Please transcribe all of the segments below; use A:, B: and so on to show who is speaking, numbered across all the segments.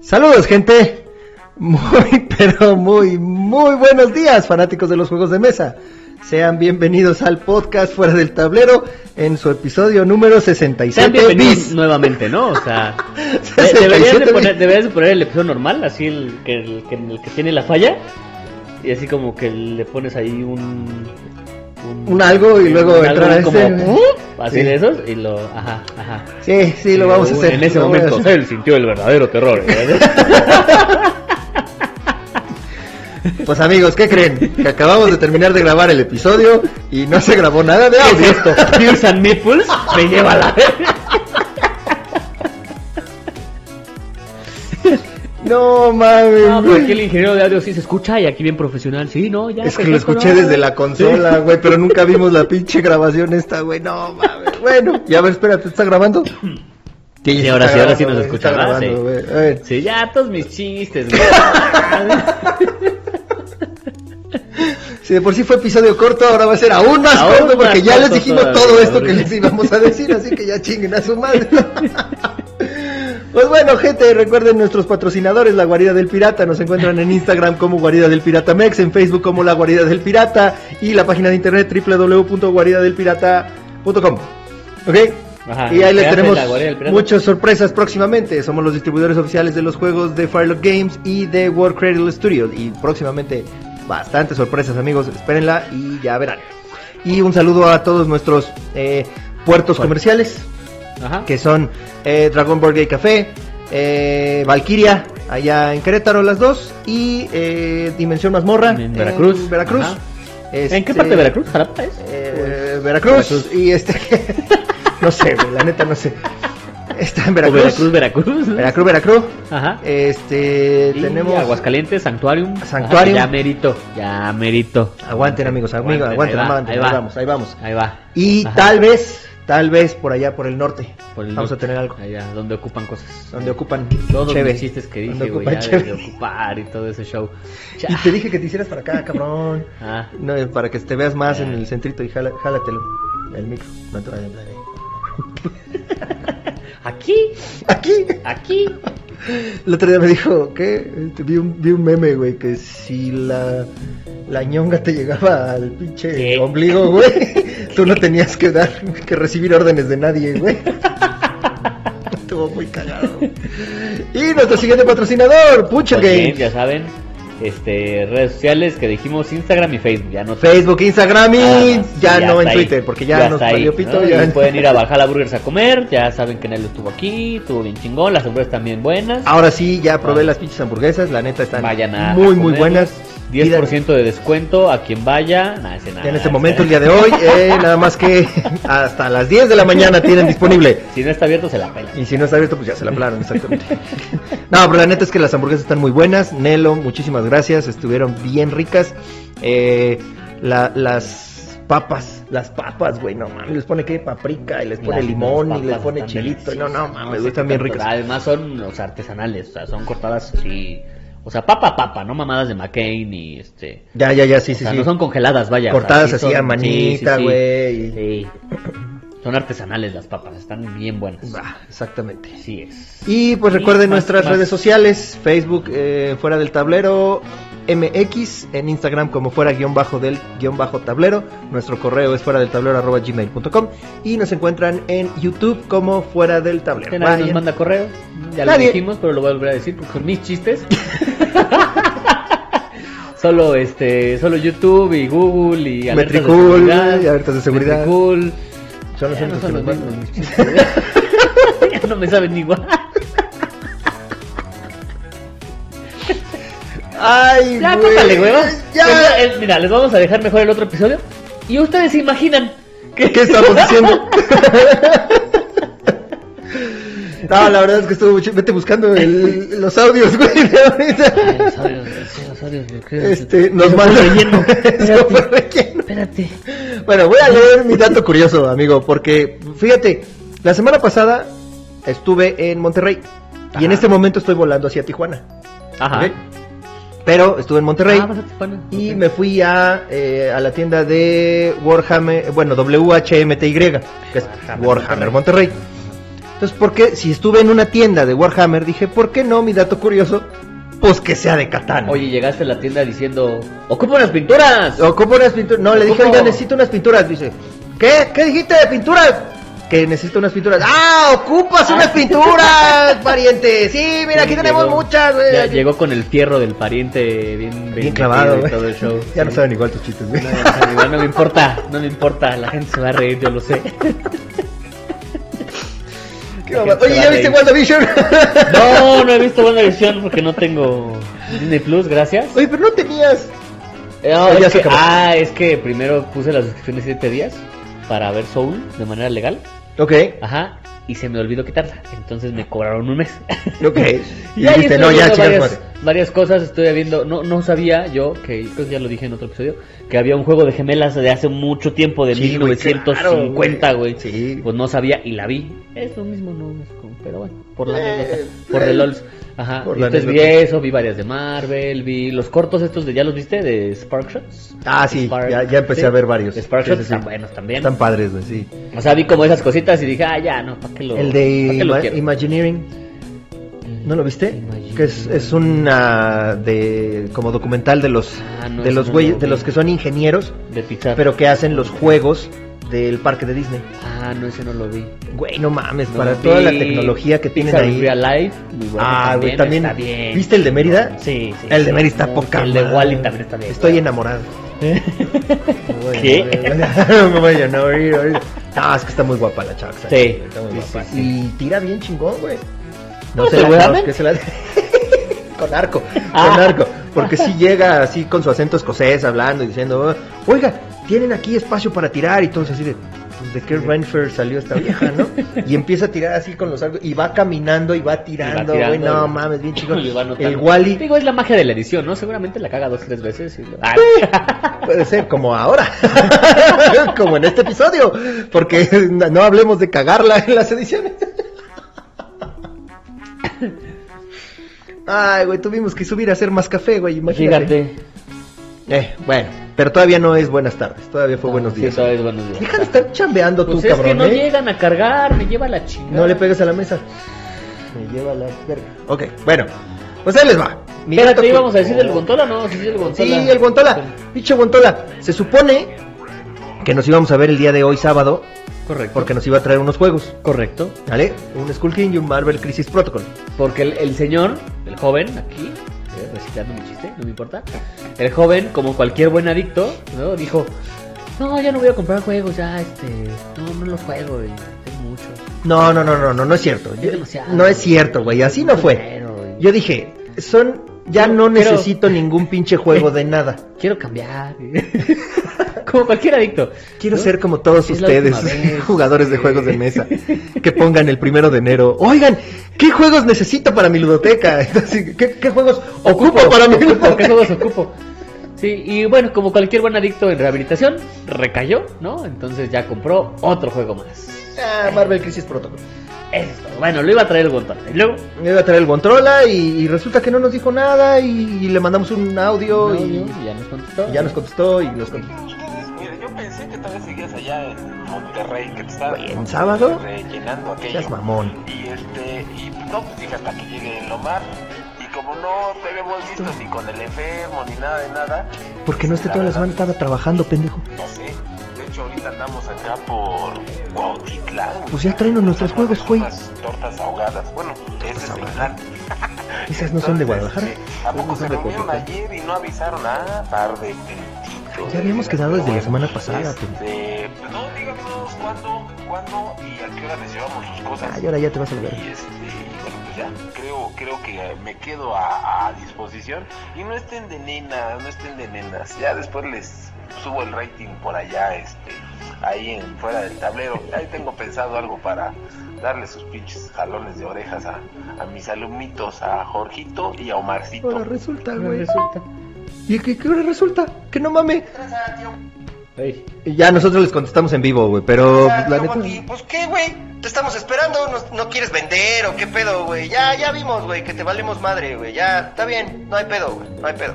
A: Saludos gente, muy pero muy muy buenos días fanáticos de los juegos de mesa. Sean bienvenidos al podcast Fuera del Tablero en su episodio número 67
B: Sean bienvenidos
A: bis.
B: nuevamente, ¿no? O sea, de-
A: 67
B: deberías, de
A: bis.
B: poner, deberías de poner el episodio normal, así el que, el, que, el que tiene la falla, y así como que le pones ahí un...
A: Un algo y luego
B: un
A: entrar a
B: como,
A: ese. ¿eh?
B: "Uh", Así
A: Sí.
B: de esos, y lo... Ajá, ajá.
A: Sí, sí, lo vamos a
B: Uh,
A: hacer.
B: En ese
A: lo vamos a
B: momento,
A: hacer.
B: él sintió el verdadero terror. ¿eh?
A: Pues amigos, ¿qué creen? Que acabamos de terminar de grabar el episodio y no se grabó nada de
B: ¿Qué es
A: audio.
B: esto? Pierce and Nipples me lleva a la...
A: No mames.
B: No, pero
A: güey.
B: aquí el ingeniero de audio sí se escucha, y aquí bien profesional, sí, no, ya...
A: Es que lo
B: perfecto,
A: escuché
B: ¿no?
A: desde la consola, güey, pero nunca vimos la pinche grabación esta, güey. No mames. Bueno, ya a ver, espérate, ¿está grabando?
B: Sí,
A: está
B: ahora sí, ahora sí
A: grabando,
B: nos
A: güey, está
B: escucha más,
A: grabando,
B: sí.
A: güey. A ver.
B: Sí, ya todos mis chistes, güey.
A: Si de por sí fue episodio corto, ahora va a ser aún más
B: Aún
A: corto porque
B: más
A: ya les
B: corto
A: dijimos
B: todavía,
A: todo esto que
B: cabrón.
A: les íbamos a decir, así que ya chinguen a su madre. Pues bueno, gente, recuerden nuestros patrocinadores, La Guarida del Pirata. Nos encuentran en Instagram como Guarida del Pirata Mex, en Facebook como La Guarida del Pirata y la página de internet www.guaridadelpirata.com. ¿Ok?
B: Ajá,
A: y ahí
B: ¿qué
A: les
B: hace
A: tenemos
B: La Guarida del Pirata?
A: muchas sorpresas próximamente. Somos los distribuidores oficiales de los juegos de Firelock Games y de World Cradle Studios. Y próximamente bastantes sorpresas, amigos. Espérenla y ya verán. Y un saludo a todos nuestros eh, puertos comerciales
B: Ajá.
A: que son eh, Dragon Ball Gay Café, eh, Valkyria, allá en Querétaro las dos, y eh, Dimensión Mazmorra
B: En Veracruz.
A: Veracruz.
B: Ajá.
A: Este,
B: ¿En qué parte de Veracruz? ¿Jalapa es?
A: eh, Veracruz, y este... no sé, güey, la neta no sé. Está en
B: ¿O
A: Veracruz.
B: Veracruz, Veracruz.
A: Veracruz, Veracruz.
B: Ajá.
A: Este,
B: Y
A: tenemos...
B: Aguascalientes, Santuarium.
A: Santuarium.
B: Ajá, ya merito, ya merito.
A: Aguanten amigos, amigos, aguanten,
B: ahí va,
A: aguanten,
B: ahí
A: ahí,
B: va.
A: vamos, ahí vamos.
B: Ahí va.
A: Y
B: Ajá.
A: tal vez, tal vez por allá, por el norte,
B: Por el
A: vamos a
B: norte,
A: tener algo.
B: Allá, donde ocupan cosas.
A: Donde ocupan
B: Todos
A: cheve.
B: los chistes que
A: Donde
B: dije, güey,
A: ocupan
B: ya de,
A: cheve.
B: de ocupar y todo ese show. Ya.
A: Y te dije que te hicieras para acá, cabrón.
B: Ah,
A: No, eh, para que te veas más en el centrito y jala- jálatelo. El micro. No te vayas, eh. dale.
B: aquí,
A: Aquí.
B: aquí.
A: El otro día me dijo que este, vi, un, vi un meme, güey, que si la, la ñonga te llegaba al pinche
B: ¿Qué?
A: ombligo, güey, tú no tenías que dar, que recibir órdenes de nadie, güey. Estuvo muy cagado. Y nuestro siguiente patrocinador, Pucho
B: Pues bien,
A: Games.
B: ya saben, este, redes sociales que dijimos Instagram y Facebook. Ya no
A: Facebook, Instagram y
B: Nada más,
A: ya, no en
B: está ahí.
A: Twitter, porque ya, nos
B: está ahí,
A: valió pito.
B: ¿no?
A: ya-
B: Y pueden ir a Valhalla Burgers a comer, ya saben que Nelo estuvo aquí, estuvo bien chingón, las hamburguesas también buenas.
A: Ahora sí, ya probé las pinches hamburguesas, la neta Ah, están
B: Ah. vayan a
A: muy
B: a
A: muy
B: comerlas.
A: buenas.
B: 10% de descuento a quien vaya. Nah, pues, ese nada,
A: Ya en este
B: ese
A: momento, el
B: nada.
A: día de hoy, eh, nada más que hasta las 10 de la mañana tienen disponible.
B: Si no está abierto, se la pela.
A: Y si no está abierto, pues ya se la plaron, exactamente. No, pero la neta es que las hamburguesas están muy buenas. Nelo, muchísimas gracias, estuvieron bien ricas. Eh, la- las papas, las papas, güey, no mames, les pone qué paprika y les pone
B: Las-
A: limón
B: las
A: y les
B: papas
A: pone
B: están
A: chilito. y No, no
B: deliciosas,
A: mames,
B: sé
A: güey, están
B: qué
A: bien
B: tanto.
A: ricas.
B: Además son los artesanales, o sea, son cortadas así. O sea, papa, papa, no mamadas de McCain y este.
A: Ya, ya, ya, sí,
B: o
A: sí,
B: sea,
A: sí.
B: no son congeladas, vaya. o sea,
A: Cortadas
B: sí
A: así
B: son-
A: a
B: sí,
A: manita,
B: sí, sí.
A: güey.
B: Sí. Son artesanales las papas, están bien buenas.
A: Bah, Ah, exactamente.
B: Así es.
A: Y pues recuerden
B: Y más-
A: nuestras
B: más.
A: redes sociales, Facebook eh, fuera del tablero MX, en Instagram como fuera guión bajo del guión bajo tablero, nuestro correo es fuera del tablero arroba gmail.com y nos encuentran en YouTube como fuera del tablero.
B: Que nadie Este nos
A: Vayan.
B: manda correo. Ya
A: Nadie.
B: lo dijimos, pero lo voy a volver a decir porque son mis chistes. solo este, solo YouTube y Google y alertas de
A: Metricool,
B: seguridad.
A: y alertas de seguridad.
B: Metricool.
A: Son los
B: Ya no
A: únicos
B: son
A: que
B: los
A: nos mandan.
B: mismos mis chistes. ¿eh? ya no me saben igual.
A: Ay,
B: Ya,
A: güey.
B: córtale, güey. va.
A: Ya.
B: Pues, eh, mira, les vamos a dejar mejor el otro episodio. Y ustedes se imaginan que
A: ¿Qué estamos diciendo? No, la verdad es que estuvo mucho. Vete buscando el- los audios, güey, de ahorita.
B: Ay, los audios, los audios, los audios.
A: Este,
B: Este, Eso
A: nos
B: fue
A: manda.
B: relleno.
A: Eso fue
B: Espérate,
A: relleno.
B: espérate.
A: Bueno, voy a leer mi dato curioso, amigo, porque fíjate, la semana pasada estuve en Monterrey y en
B: Ajá.
A: este momento estoy volando hacia Tijuana.
B: Ajá.
A: ¿ok? Pero estuve en Monterrey
B: Ah, vas a Tijuana,
A: y
B: ok.
A: me fui a, eh, a la tienda de Warhammer, bueno, WHMTY, que es
B: Warhammer,
A: Warhammer Monterrey. Entonces Entonces, ¿por qué? Si estuve en una tienda de Warhammer, dije, ¿por qué no? Mi dato curioso, pues que sea de Catán.
B: Oye, llegaste a la tienda diciendo, ocupo unas pinturas.
A: Ocupo unas pinturas. No, le dije,
B: Ocupo-
A: oiga, necesito unas pinturas. Dice, ¿qué? ¿Qué dijiste de pinturas? Que necesito unas pinturas. ¡Ah! ¡Ocupas unas pinturas, pariente! Sí, mira, aquí
B: Sí,
A: tenemos
B: llegó.
A: muchas, güey.
B: Ya
A: Aquí-
B: llegó con el fierro del pariente bien, bien,
A: Bien
B: metido
A: clavado,
B: y
A: güey.
B: todo el show.
A: Ya no
B: Sí.
A: saben igual tus chistes, güey.
B: No, ya sé, igual no me importa, no me importa, la gente se va a reír, yo lo sé.
A: Qué
B: la
A: mamada.
B: gente
A: Oye,
B: se va
A: ¿ya
B: a
A: viste
B: reír.
A: WandaVision?
B: No, no he visto buena versión porque no tengo Disney Plus, gracias. Eh,
A: Oye, pero no tenías.
B: No,
A: ya
B: es
A: se
B: que-
A: acabó.
B: ah, es que primero puse la suscripción de 7 días para ver Soul de manera legal.
A: Ok,
B: Ajá, y se me olvidó quitarla, entonces me cobraron un mes.
A: ok. Y
B: ahí
A: dijiste,
B: estoy
A: no, ya,
B: viendo
A: chicas,
B: varias, varias cosas estoy viendo. No, no sabía yo, que creo que ya lo dije en otro episodio, que había un juego de gemelas de hace mucho tiempo, de
A: Sí, güey,
B: 1950,
A: claro,
B: güey.
A: güey. Sí.
B: Pues no sabía y la vi. Es lo mismo, no, es como- pero bueno, por la
A: Eh,
B: anécdota, por
A: eh,
B: el LOLs. Ajá,
A: por
B: y
A: la
B: entonces vi
A: anécdota.
B: eso, vi varias de Marvel, vi los cortos estos de, ¿ya los viste? De Spark Shots.
A: Ah, sí,
B: Spark-
A: ya, ya empecé
B: sí.
A: a ver varios.
B: Spark
A: Sí,
B: Shots
A: sí, sí.
B: están buenos también.
A: Están padres, güey, sí.
B: O sea, vi como esas cositas y dije, ah, ya, no, ¿para qué lo
A: El de
B: pa' qué lo
A: Ima-
B: quiero?
A: Imagineering. ¿No lo viste?
B: Imagine-
A: Que es, es una de como documental de los
B: Ah, no,
A: de
B: ese
A: los
B: no
A: güeyes,
B: lo
A: de
B: vi.
A: los que son ingenieros,
B: De Pixar.
A: pero que hacen los juegos del parque de Disney.
B: Ah, no, ese no lo vi.
A: Güey, no mames,
B: No
A: para
B: lo
A: toda la
B: vi.
A: tecnología que tienen
B: Pixar
A: ahí.
B: Real Life, muy bueno
A: ah, güey, también.
B: está bien.
A: ¿Viste el de Mérida?
B: Sí, sí.
A: El de
B: sí,
A: Mérida está
B: muy-
A: poca.
B: El de
A: madre.
B: Wally también está bien.
A: Estoy
B: güey. ¿Eh?
A: enamorado. Bueno,
B: ¿Qué?
A: bueno, me voy a enamorar ahorita. No, es que está muy guapa la chava. que sale,
B: Sí,
A: güey, Está muy
B: sí,
A: guapa.
B: sí, sí. Ah,
A: Y tira bien chingón, güey.
B: No,
A: sé,
B: ¿se la
A: no,
B: graban?
A: es que se la- con arco, con
B: Ah.
A: arco. Porque si llega así con su acento escocés hablando y diciendo, oiga, tienen aquí espacio para tirar y todos así de... "Pues, ¿De qué Renfer salió esta vieja, no? Y empieza a tirar así con los arcos y va caminando y va tirando, güey.
B: tirando,
A: No
B: güey.
A: mames, bien chingón.
B: Le va anotando.
A: El Wally
B: Digo, es la magia de la edición, ¿no? Seguramente la caga dos, tres veces. Y... Ah,
A: Puede ser como ahora, como en este episodio, porque no hablemos de cagarla en las ediciones. Ay, güey, tuvimos que subir a hacer más café, güey, imagínate.
B: fíjate.
A: Eh, bueno, pero todavía no es buenas tardes, todavía fue buenos
B: Ah, Sí,
A: días.
B: todavía es buenos días.
A: Deja de estar chambeando
B: Pues
A: tú,
B: es
A: cabrón,
B: que no
A: ¿eh?
B: llegan a cargar, me lleva la chingada.
A: No le pegues a la mesa. Me lleva la verga. Ok, bueno, pues ahí les va. Mi
B: Espérate,
A: dato cu-
B: íbamos a decir del Gontola, ¿no? Sí, el
A: Sí,
B: Gontola.
A: el Guantola, pinche Guantola. Se supone que nos íbamos a ver el día de hoy sábado
B: Correcto.
A: porque nos iba a traer unos juegos,
B: Correcto.
A: ¿vale? Un Skull King y un Marvel Crisis Protocol.
B: Porque el, el señor, el joven, aquí, eh, reciclando mi chiste, no me importa. El joven, como cualquier buen adicto, ¿no? Dijo, no, ya no voy a comprar juegos, ya, este, no, no los juego, y tengo muchos.
A: No, no, no, no, no, no es cierto. Yo-
B: demasiado.
A: no es cierto, güey, así no fue.
B: Pero, güey,
A: Yo dije, son ya no
B: Pero-
A: necesito ningún pinche juego de nada.
B: quiero cambiar. como cualquier adicto.
A: Quiero
B: ¿no?
A: ser como todos
B: Es la
A: ustedes,
B: última vez.
A: jugadores de juegos de mesa, que pongan el primero de enero. Oigan, ¿qué juegos necesito para mi ludoteca? Entonces, ¿qué, qué juegos ocupo, para mi
B: Ocupo,
A: ludoteca?
B: ¿Qué juegos ocupo? Sí, y bueno, como cualquier buen adicto en rehabilitación, recayó, ¿no? Entonces ya compró otro juego más.
A: Ah, Marvel Crisis Protocol.
B: Eso es todo. Bueno, lo iba a traer el Gontola. Y luego,
A: Me iba a traer el Gontrola y, y resulta que no nos dijo nada y, y le mandamos un audio,
B: No,
A: y,
B: no, ya nos contestó.
A: y ya nos contestó y nos contestó.
C: Ustedes, Pues mira, yo pensé que tal vez seguías allá en Monterrey, que te estabas
A: Güey, ¿en sábado?
C: rellenando aquello.
A: Seas mamón.
C: Y este, y no, pues dije hasta que llegue el Omar. Y como no te habíamos visto ni con el enfermo ni nada de nada, pues
A: Porque no esté toda la semana estaba trabajando, pendejo.
C: no sé. De hecho, ahorita andamos acá por Cuautitlán. güey.
A: Pues ya tráenos nuestros
C: Andamos
A: juegos, güey.
C: unas Tortas ahogadas. Bueno, ese es el plan.
A: Esas no son de
C: Entonces,
A: Guadalajara.
C: este, ¿A
A: Esas no
C: poco se
A: son de
C: reunieron
A: Cuautitlán.
C: ayer y no avisaron? Ah, tarde. tantito.
A: Ya habíamos quedado desde la
C: Bueno,
A: semana pasada,
C: Este, pues no, díganos cuándo, cuándo y a qué hora les llevamos sus cosas.
A: Ay, ahora ya te vas a la verga.
C: Y este, y bueno, pues ya, creo, creo que me quedo a, a disposición. Y no estén de nenas, no estén de nenas. Ya después les subo el rating por allá, este, ahí en fuera del tablero. Ahí tengo pensado algo para darle sus pinches jalones de orejas a, a mis alumnitos, a Jorgito y a Omarcito.
A: Ahora resulta,
B: Ahora
A: güey.
B: Ah, resulta.
A: ¿Y qué, qué ahora resulta? Que no mames.
B: Ey,
A: Y Ya nosotros les contestamos en vivo, güey, pero
D: Ya,
A: pues, la
D: luego
A: neta...
D: ti, Pues qué, güey. Te estamos esperando. ¿No, no quieres vender o qué pedo, güey? Ya, ya vimos, güey, que te valemos madre, güey. Ya, está bien. No hay pedo, güey. No hay pedo.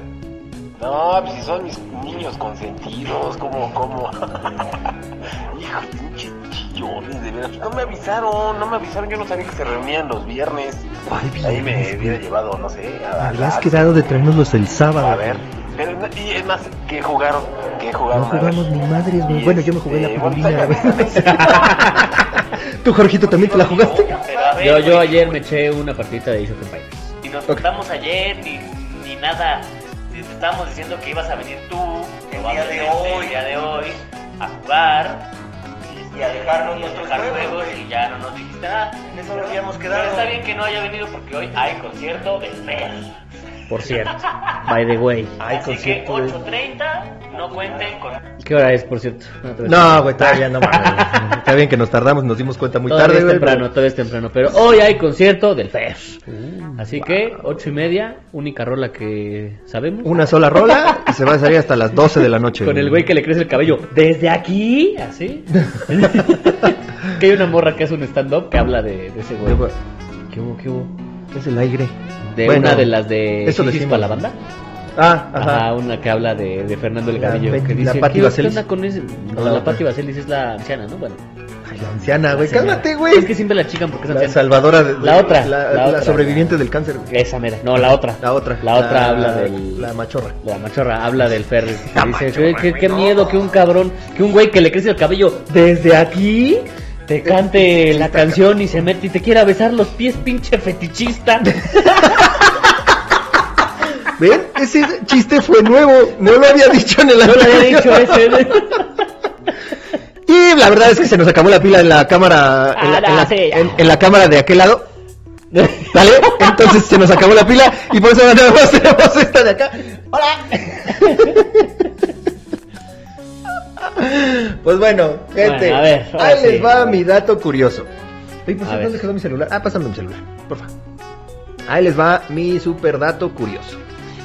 C: No, pues si son mis niños consentidos, como, como. Hijo, pinche millones de veras. No me avisaron, no me avisaron. Yo no sabía que se reunían los viernes.
A: ¿Cuál
C: Ahí me
A: viernes,
C: hubiera
A: güey?
C: llevado, no sé. a- a-
A: Habías
C: a-
A: quedado de traérnoslos el sábado.
C: A ver. Pero, no- y es más, ¿qué jugaron? ¿Qué
A: No
C: jugaron? A ver.
A: jugamos ni madres, güey.
C: Y
A: Bueno, yo me jugué
C: este,
A: la pirulina, güey.
C: bueno, está
A: ¿Tú, Jorgito, también te la jugaste?
E: Pero a ver,
B: Yo, yo
E: güey,
B: ayer me eché una partidita de Age of Empires.
E: Y nos
A: Ok.
E: juntamos ayer, ni, ni nada. Sí, Te estábamos diciendo que ibas a venir tú,
D: El
E: vas
D: día
E: a
D: de
E: venir
D: hoy.
E: el día de hoy, a jugar.
D: Y a dejarnos
E: y
D: nuestros
E: dejar
D: juegos,
E: juegos
D: güey.
E: y ya no nos dijiste nada.
D: En eso nos habíamos
E: Pero
D: quedado.
E: está bien que no haya venido porque hoy hay concierto de Fer.
B: Por cierto. By the way.
A: Ay,
E: Así que
A: concierto, güey.
E: 8.30, no cuenten con...
B: ¿Qué hora es, por cierto? Ah, todavía
A: No, güey, todavía no mames. güey. Está bien que nos tardamos, nos dimos cuenta muy
B: todavía
A: tarde,
B: es
A: güey.
B: temprano, todavía es temprano. Pero hoy hay concierto del FER. Así
A: wow.
B: que, ocho y media, única rola que sabemos.
A: Una sola rola y se va a salir hasta las 12 de la noche.
B: Con el güey que le crece el cabello desde aquí, así. que hay una morra que hace un stand-up que habla de, de ese güey. ¿Qué hubo, qué hubo?
A: Es el aire.
B: De
A: Bueno,
B: una de las de
A: eso
B: Chichis
A: decimos.
B: para la banda.
A: Ah,
B: Ajá.
A: ajá.
B: una que habla de, de Fernando el
A: La
B: Cabello.
A: Betty-
B: que
A: la
B: dice,
A: Patti
B: ¿qué- ¿qué
A: Vaselis.
B: onda con ese? No,
A: la
B: la Patti
A: otra.
B: Vaselis es la anciana, ¿no? Bueno.
A: Ay, la anciana, güey.
B: la señora.
A: Cálmate, güey.
B: Es que siempre la chican porque es
A: La
B: anciana.
A: salvadora de, de-
B: La otra,
A: La,
B: la
A: la
B: otra.
A: sobreviviente del cáncer, güey.
B: Esa mera. No, la otra.
A: La otra.
B: La otra habla del...
A: La machorra.
B: La machorra habla del Fer. que
A: La
B: dice,
A: machorra,
B: "Qué- qué,
A: güey,
B: qué
A: no".
B: miedo que un cabrón, que un güey que le crece el cabello desde aquí te cante la canción y se mete y te quiera besar los pies, pinche fetichista.
A: ¿Ven? Ese chiste fue nuevo. No lo había dicho en el
B: No le había
A: anterior.
B: dicho ese.
A: Y la verdad es que se nos acabó la pila en la cámara. En la,
B: Ah,
A: en la-
B: sí, ya.
A: en- en la cámara de aquel lado. ¿Vale? Entonces se nos acabó la pila y por eso nada más tenemos esta de acá. ¡Hola! Pues bueno, gente,
B: Bueno, a ver, ahora
A: ahí
B: sí.
A: les va mi dato curioso. Oye, pues
B: A ver.
A: ¿dónde quedó mi celular? Ah, pásame mi celular, porfa. Ahí les va mi super dato curioso.